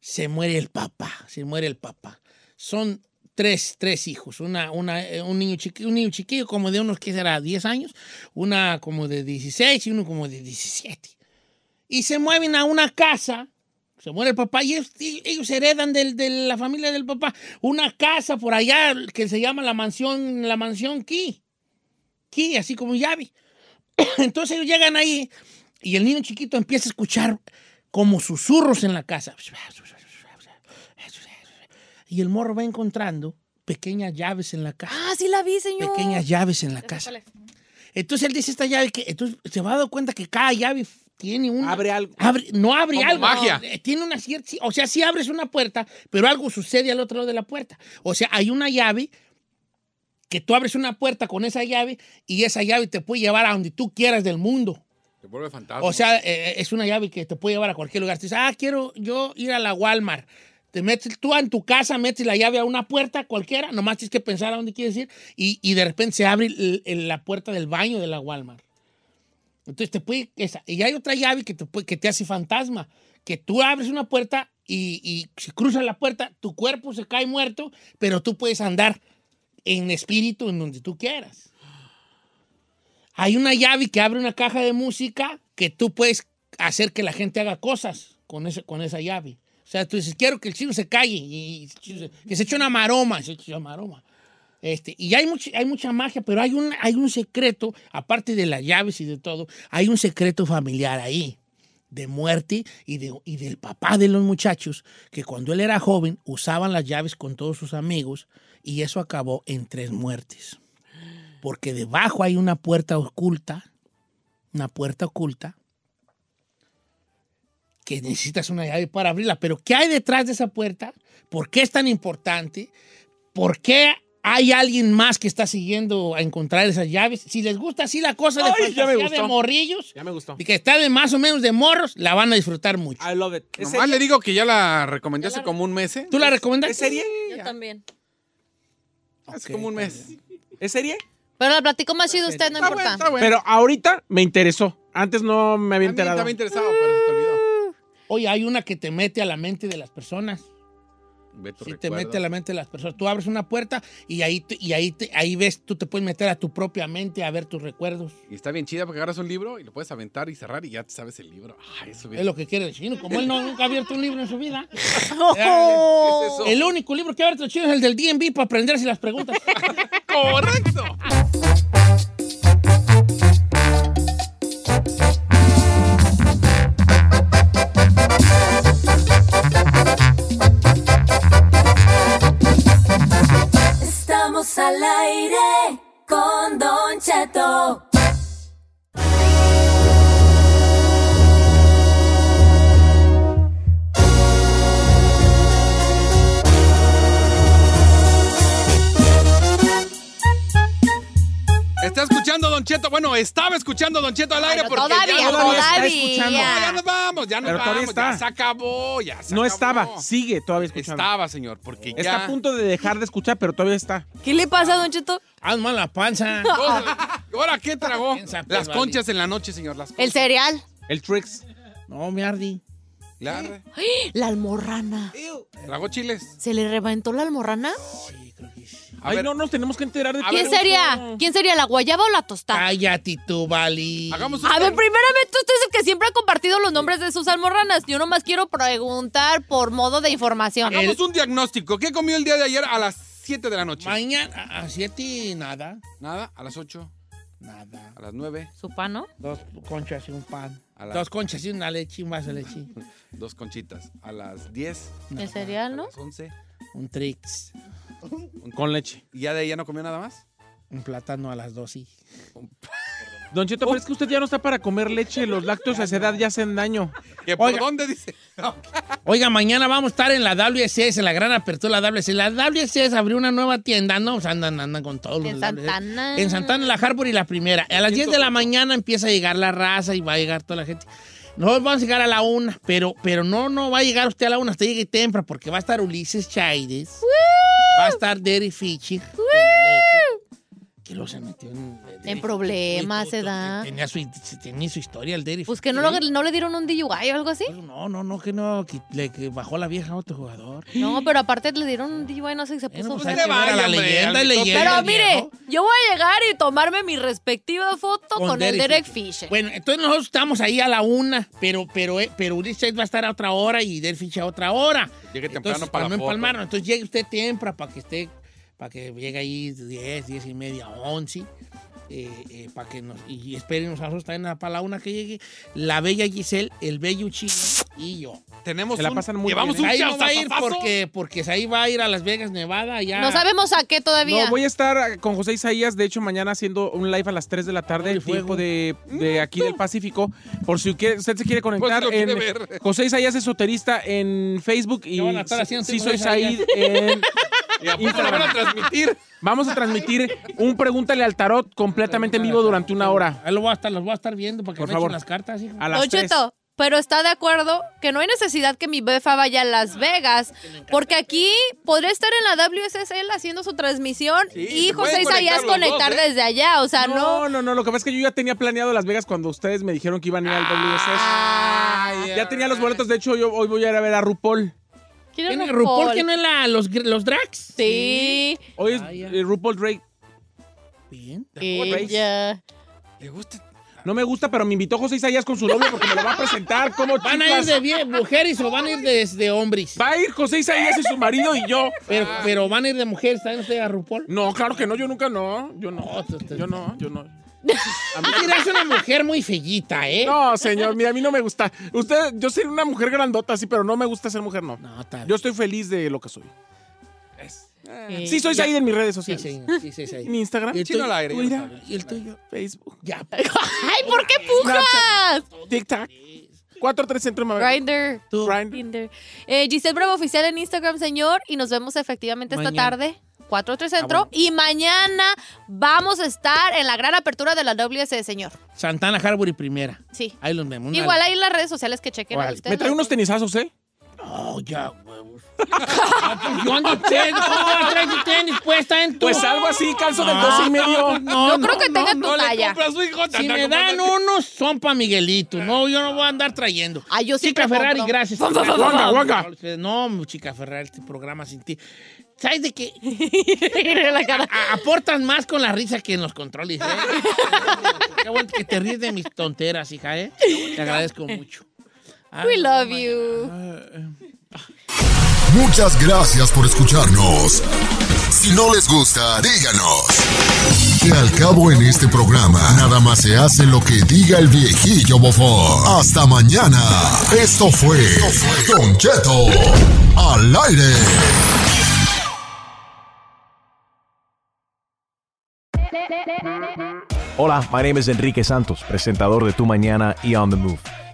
Speaker 3: Se muere el papá. Se muere el papá. Son tres, tres hijos. Una, una, eh, un, niño chiquillo, un niño chiquillo como de unos, ¿qué será? 10 años. Una como de 16 y uno como de 17. Y se mueven a una casa. Se muere el papá y ellos, y- ellos heredan del- de la familia del papá una casa por allá que se llama la mansión, la mansión Key. Key, así como llave. *clears throat* Entonces ellos llegan ahí y el niño chiquito empieza a escuchar como susurros en la casa. Y el morro va encontrando pequeñas llaves en la casa.
Speaker 4: Ah, sí la vi, señor.
Speaker 3: Pequeñas llaves en la casa. Entonces él dice esta llave que entonces se va a dar cuenta que cada llave tiene un abre
Speaker 2: algo.
Speaker 3: no abre
Speaker 5: Como
Speaker 3: algo.
Speaker 5: magia.
Speaker 3: no, eh, tiene una cierta, sí, o sea, si abres una puerta, pero algo sucede al otro lado de la puerta. O sea, hay una llave que tú abres una puerta con esa llave y esa llave te puede llevar a donde tú quieras del mundo.
Speaker 5: Te vuelve fantasma.
Speaker 3: O sea, eh, es una llave que te puede llevar a cualquier lugar. Tú dices, ah, quiero yo ir a la Walmart. Te metes, tú en tu casa metes la llave a una puerta cualquiera, nomás tienes que pensar a dónde quieres ir y, y de repente se abre el- el- la puerta del baño de la Walmart. Entonces te puede... esa- y hay otra llave que te, puede- que te hace fantasma, que tú abres una puerta y, y si cruzas la puerta, tu cuerpo se cae muerto, pero tú puedes andar en espíritu en donde tú quieras. Hay una llave que abre una caja de música que tú puedes hacer que la gente haga cosas con, ese, con esa llave. O sea, tú dices, quiero que el chino se calle y el chino se- que se eche una maroma, se eche una maroma. Este, y hay, much- hay mucha magia, pero hay un, hay un secreto, aparte de las llaves y de todo, hay un secreto familiar ahí, de muerte y, de, y del papá de los muchachos, que cuando él era joven usaban las llaves con todos sus amigos y eso acabó en tres muertes porque debajo hay una puerta oculta, una puerta oculta, que necesitas una llave para abrirla. Pero ¿qué hay detrás de esa puerta? ¿Por qué es tan importante? ¿Por qué hay alguien más que está siguiendo a encontrar esas llaves? Si les gusta así la cosa de
Speaker 2: Ay, ya me
Speaker 3: fantasía de
Speaker 2: gustó.
Speaker 3: morrillos,
Speaker 2: Ya me gustó.
Speaker 3: y que está de más o menos de morros, la van a disfrutar mucho.
Speaker 2: I love it. ¿Es
Speaker 5: Nomás le
Speaker 2: serie?
Speaker 5: digo que ya la recomendé hace como un mes, ¿eh?
Speaker 3: ¿Tú la recomendaste?
Speaker 2: ¿Es serie?
Speaker 4: Yo también.
Speaker 5: Hace como un mes.
Speaker 2: ¿Es serie?
Speaker 4: Pero la platico más chido usted, no
Speaker 5: Está bueno,
Speaker 4: importa.
Speaker 5: está bueno.
Speaker 2: Pero ahorita me interesó. Antes no me había
Speaker 5: A mí
Speaker 2: enterado.
Speaker 5: estaba interesado, pero se te olvidó.
Speaker 3: Oye, hay una que te mete a la mente de las personas.
Speaker 5: Beto
Speaker 3: Si te
Speaker 5: recuerda.
Speaker 3: mete a la mente de las personas. Tú abres una puerta y ahí, te- y ahí, te- ahí ves, tú te puedes meter a tu propia mente a ver tus recuerdos.
Speaker 5: Y está bien chida porque agarras un libro y lo puedes aventar y cerrar y ya te sabes el libro. Ay, eso bien.
Speaker 3: Es lo que quiere
Speaker 2: *laughs*
Speaker 3: el chino. Como él no, nunca ha abierto un libro en su vida.
Speaker 2: Oh.
Speaker 5: ¿Qué es eso?
Speaker 3: El único libro que ha abierto el chino es el del DNB para aprenderse las preguntas.
Speaker 5: *laughs* ¡Correcto!
Speaker 8: Estamos al aire con Don Cheto.
Speaker 5: Está escuchando Don Cheto. Bueno, estaba escuchando Don Cheto al aire
Speaker 4: Pero
Speaker 5: porque
Speaker 4: todavía,
Speaker 5: ya, nos vamos.
Speaker 2: está
Speaker 5: No, ya
Speaker 4: todavía.
Speaker 5: nos vamos, ya nos
Speaker 2: Pero todavía
Speaker 5: vamos.
Speaker 2: está.
Speaker 5: Ya se acabó, ya se
Speaker 2: No
Speaker 5: acabó.
Speaker 2: estaba, sigue todavía escuchando.
Speaker 5: Estaba, señor, porque ya.
Speaker 2: Está a punto de dejar de escuchar, pero todavía está.
Speaker 4: ¿Qué le pasa, Don Cheto?
Speaker 3: Haz mal la panza.
Speaker 5: ¿Ahora qué tragó?
Speaker 3: ¿Quién sabe,
Speaker 5: Las
Speaker 3: vale.
Speaker 5: conchas en la noche, señor. Las
Speaker 4: El
Speaker 5: conchas.
Speaker 4: cereal.
Speaker 2: El Trix.
Speaker 3: No, me ¿Eh? ardi.
Speaker 5: La-
Speaker 4: *gasps* La almorrana.
Speaker 5: Tragó chiles.
Speaker 4: ¿Se le reventó la almorrana?
Speaker 5: A
Speaker 2: Ay,
Speaker 5: ver,
Speaker 2: no, nos tenemos que enterar de
Speaker 5: A
Speaker 4: ¿Quién
Speaker 5: ver,
Speaker 4: sería? ¿Quién sería? ¿La guayaba o la tostada?
Speaker 3: Cállate tú, Vali.
Speaker 5: hagamos este. un-
Speaker 4: A ver, primeramente usted es el que siempre ha compartido los nombres de sus almorranas. Yo nomás quiero preguntar por modo de información.
Speaker 5: hagamos un diagnóstico. ¿Qué comió el día de ayer a las 7 de la noche?
Speaker 3: Mañana a- a siete nada.
Speaker 5: Nada, a las 8,
Speaker 3: Nada.
Speaker 5: a las 9,
Speaker 4: ¿Su pan, no?
Speaker 3: Dos conchas y un pan.
Speaker 5: A la-
Speaker 3: Dos conchas y una leche, más de leche.
Speaker 5: *laughs* dos conchitas. A las 10,
Speaker 4: ¿El
Speaker 5: a
Speaker 4: cereal, no?
Speaker 5: las 11.
Speaker 3: Un trix.
Speaker 2: *laughs* Con leche.
Speaker 5: ¿Y ya de ahí ya no comió nada más?
Speaker 3: Un plátano a las dos y.
Speaker 2: Don Cheto, pero es que usted ya no está para comer leche. Los lácteos a esa edad ya hacen daño.
Speaker 5: por dónde dice?
Speaker 3: Oiga, mañana vamos a estar en la WSS, en la gran apertura de la WSS. La WSS abrió una nueva tienda, ¿no? O sea, andan, andan con todos los
Speaker 4: En
Speaker 3: WSS.
Speaker 4: Santana.
Speaker 3: En Santana, la Harbour y la primera. A las 10 de la mañana empieza a llegar la raza y va a llegar toda la gente. Nosotros vamos a llegar a la una, pero, pero no, no va a llegar usted a la una, usted llegue temprano, porque va a estar Ulises Chaides. Va a estar Derry Fisher. Que lo se metió en, eh,
Speaker 4: En problemas se da.
Speaker 3: tenía, su, tenía su historia el Derry
Speaker 4: Ah. Pues que no, lo, no le dieron un DUI o algo así.
Speaker 3: No, no, no, que no, que, le, que bajó la vieja a otro jugador.
Speaker 4: No, pero aparte le dieron un DUI, no sé si se puso.
Speaker 3: pues, ahí se va, la leyenda, es leyenda,
Speaker 4: Pero
Speaker 3: viejo.
Speaker 4: mire, yo voy a llegar y tomarme mi respectiva foto con, el Derek Fisher.
Speaker 3: Bueno, entonces nosotros estamos ahí a la una, pero, pero, eh, pero Ulises va a estar a otra hora y Derek Fisher a otra hora.
Speaker 5: Llegue temprano
Speaker 3: Entonces,
Speaker 5: para
Speaker 3: para no
Speaker 5: la foto.
Speaker 3: empalmarnos. Entonces llegue usted temprano para que esté, para que llegue ahí 10, 10 y media, 11. eh, eh, para que nos, y espérenos a nosotros también para la una que llegue la bella Giselle, el bello chino y yo.
Speaker 5: Tenemos
Speaker 2: Se la un- pasan muy llevamos
Speaker 3: llevamos
Speaker 2: bien, ¿eh? un
Speaker 3: un Ahí no va a ir
Speaker 2: chazazazo.
Speaker 3: porque, porque ahí va a ir a Las Vegas, Nevada. Ya.
Speaker 4: No sabemos a qué todavía.
Speaker 2: No, voy a estar eh, con José Isaías, de hecho, mañana haciendo un live a las 3 de la tarde, el tiempo de, de aquí del Pacífico. Por si quiere- usted se quiere conectar,
Speaker 5: Pues lo quiere
Speaker 2: en-
Speaker 5: ver.
Speaker 2: José Isaías Esoterista en Facebook y
Speaker 3: ¿Qué van a estar haciendo
Speaker 2: sí
Speaker 3: con
Speaker 2: soy
Speaker 3: José
Speaker 2: Said
Speaker 3: Isaías?
Speaker 2: en
Speaker 5: *laughs* ¿Y a poco lo van a transmitir?
Speaker 2: Vamos a transmitir un Pregúntale al Tarot completamente en vivo durante una hora.
Speaker 3: Ahí lo voy a estar, los voy a estar viendo para que
Speaker 2: Por
Speaker 3: me
Speaker 2: favor.
Speaker 3: echen las cartas, hijo.
Speaker 2: A las
Speaker 4: Don
Speaker 2: 3.
Speaker 4: Cheto, pero está de acuerdo que no hay necesidad que mi befa vaya a Las Vegas, porque aquí podría estar en la WSSL haciendo su transmisión y
Speaker 2: se pueden
Speaker 4: José
Speaker 2: conectar
Speaker 4: Isaías
Speaker 2: los
Speaker 4: conectar
Speaker 2: dos, ¿eh?
Speaker 4: desde allá, o sea, no.
Speaker 2: No, no, no. Lo que pasa es que yo ya tenía planeado Las Vegas cuando ustedes me dijeron que iban a ir al WSS. Ya tenía los boletos. De hecho, yo hoy voy a ir a ver a RuPaul.
Speaker 4: ¿Quién
Speaker 3: ¿Tiene
Speaker 4: es
Speaker 3: RuPaul?
Speaker 4: RuPaul?
Speaker 3: ¿Quién es la, los, gr- los drags?
Speaker 4: Sí.
Speaker 2: Hoy es eh, RuPaul Drake.
Speaker 3: Bien.
Speaker 4: Eh, Ella.
Speaker 5: ¿Le gusta?
Speaker 2: No me gusta, pero me invitó José Isaías con su novio porque me lo va a presentar. ¿Cómo
Speaker 3: ¿Van a ir
Speaker 2: chicas?
Speaker 3: de bien, mujeres o van a ir de, de hombres?
Speaker 2: Va a ir José Isaías y su marido y yo.
Speaker 3: Pero, pero van a ir de mujeres, ¿saben ustedes a RuPaul?
Speaker 2: No, claro que no. Yo nunca no. Yo no. Yo no. Yo no. A mí-
Speaker 3: Mira, es una mujer muy fellita, ¿eh?
Speaker 2: No, señor, mira, a mí no me gusta. Usted, yo soy una mujer grandota, sí, pero no me gusta ser mujer, no.
Speaker 3: No, está bien.
Speaker 2: Yo estoy feliz de lo que soy.
Speaker 4: Eh,
Speaker 2: Sí, soy
Speaker 3: Ya.
Speaker 2: ahí en mis redes
Speaker 3: Sí,
Speaker 2: sociales.
Speaker 3: señor, sí, sí, sí.
Speaker 2: En Instagram,
Speaker 3: ¿Y el
Speaker 2: Chino
Speaker 3: tuyo?
Speaker 2: al aire, ya
Speaker 3: Mira,
Speaker 2: lo sabe.
Speaker 3: ¿Y el tuyo?
Speaker 2: Facebook,
Speaker 3: Ya. *laughs*
Speaker 4: Ay, ¿por qué pujas?
Speaker 2: TikTok, 43 Centro de Maverick.
Speaker 4: Grinder.
Speaker 3: Tú,
Speaker 2: Grindr.
Speaker 4: Tinder. Eh, Giselle Bravo Oficial en Instagram, señor. Y nos vemos efectivamente esta
Speaker 3: Mañana. Ah,
Speaker 4: tarde. 4-3 Centro. Y mañana vamos a estar en la gran apertura de la WS, señor.
Speaker 3: Santana Harbury primera.
Speaker 4: Sí.
Speaker 3: Ahí los vemos. una-
Speaker 4: Igual ahí en las redes sociales que chequen a
Speaker 3: Órale.
Speaker 4: ustedes.
Speaker 2: Me trae unos tenisazos, ¿eh?
Speaker 3: Oh, ya, huevos. Ah, pues yo ando tenis. Oh, trae tu tenis puesta en tu...
Speaker 2: Pues algo así, calzo del
Speaker 3: No,
Speaker 2: 12 y medio.
Speaker 3: no,
Speaker 4: Yo creo que tenga tu talla.
Speaker 5: Compra a su hijo.
Speaker 3: Si me dan unos, son para Miguelito. No, yo no voy a andar trayendo.
Speaker 4: Ay, yo
Speaker 3: Chica
Speaker 4: siempre
Speaker 3: Ferrari,
Speaker 4: compro.
Speaker 3: gracias.
Speaker 4: Fum, fum, fum,
Speaker 2: Guanga,
Speaker 3: No,
Speaker 2: guanga.
Speaker 3: No, Chica Ferrari, este programa sin ti. ¿Sabes de qué? A- Aportas más con la risa que en los controles. ¿eh? qué bueno que te ríes de mis tonteras, hija, ¿eh? Te agradezco mucho. Ay,
Speaker 4: We
Speaker 3: Ah, no,
Speaker 4: love
Speaker 3: mañana.
Speaker 4: you.
Speaker 14: Muchas gracias por escucharnos. Si no les gusta, díganos. Que al cabo en este programa, nada más se hace lo que diga el viejillo bofón. Hasta mañana. Esto fue Don Cheto al aire.
Speaker 15: Hola, my name is Enrique Santos, presentador de Tu Mañana y On the Move.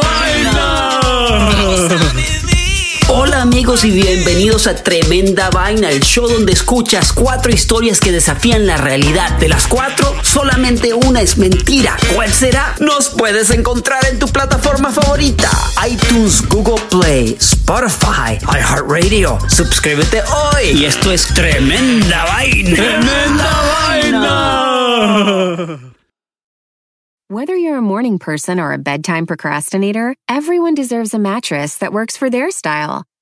Speaker 16: vaina! Hola,
Speaker 17: amigos y bienvenidos a Tremenda Vaina, el show donde escuchas cuatro historias que desafían la realidad. De las cuatro, solamente una es mentira. ¿Cuál será? Nos puedes encontrar en tu plataforma favorita. iTunes, Google Play, Spotify, iHeartRadio. Suscríbete hoy. Y esto es Tremenda Vaina.
Speaker 1: Whether you're a morning person or a bedtime procrastinator, everyone deserves a mattress that works for their style.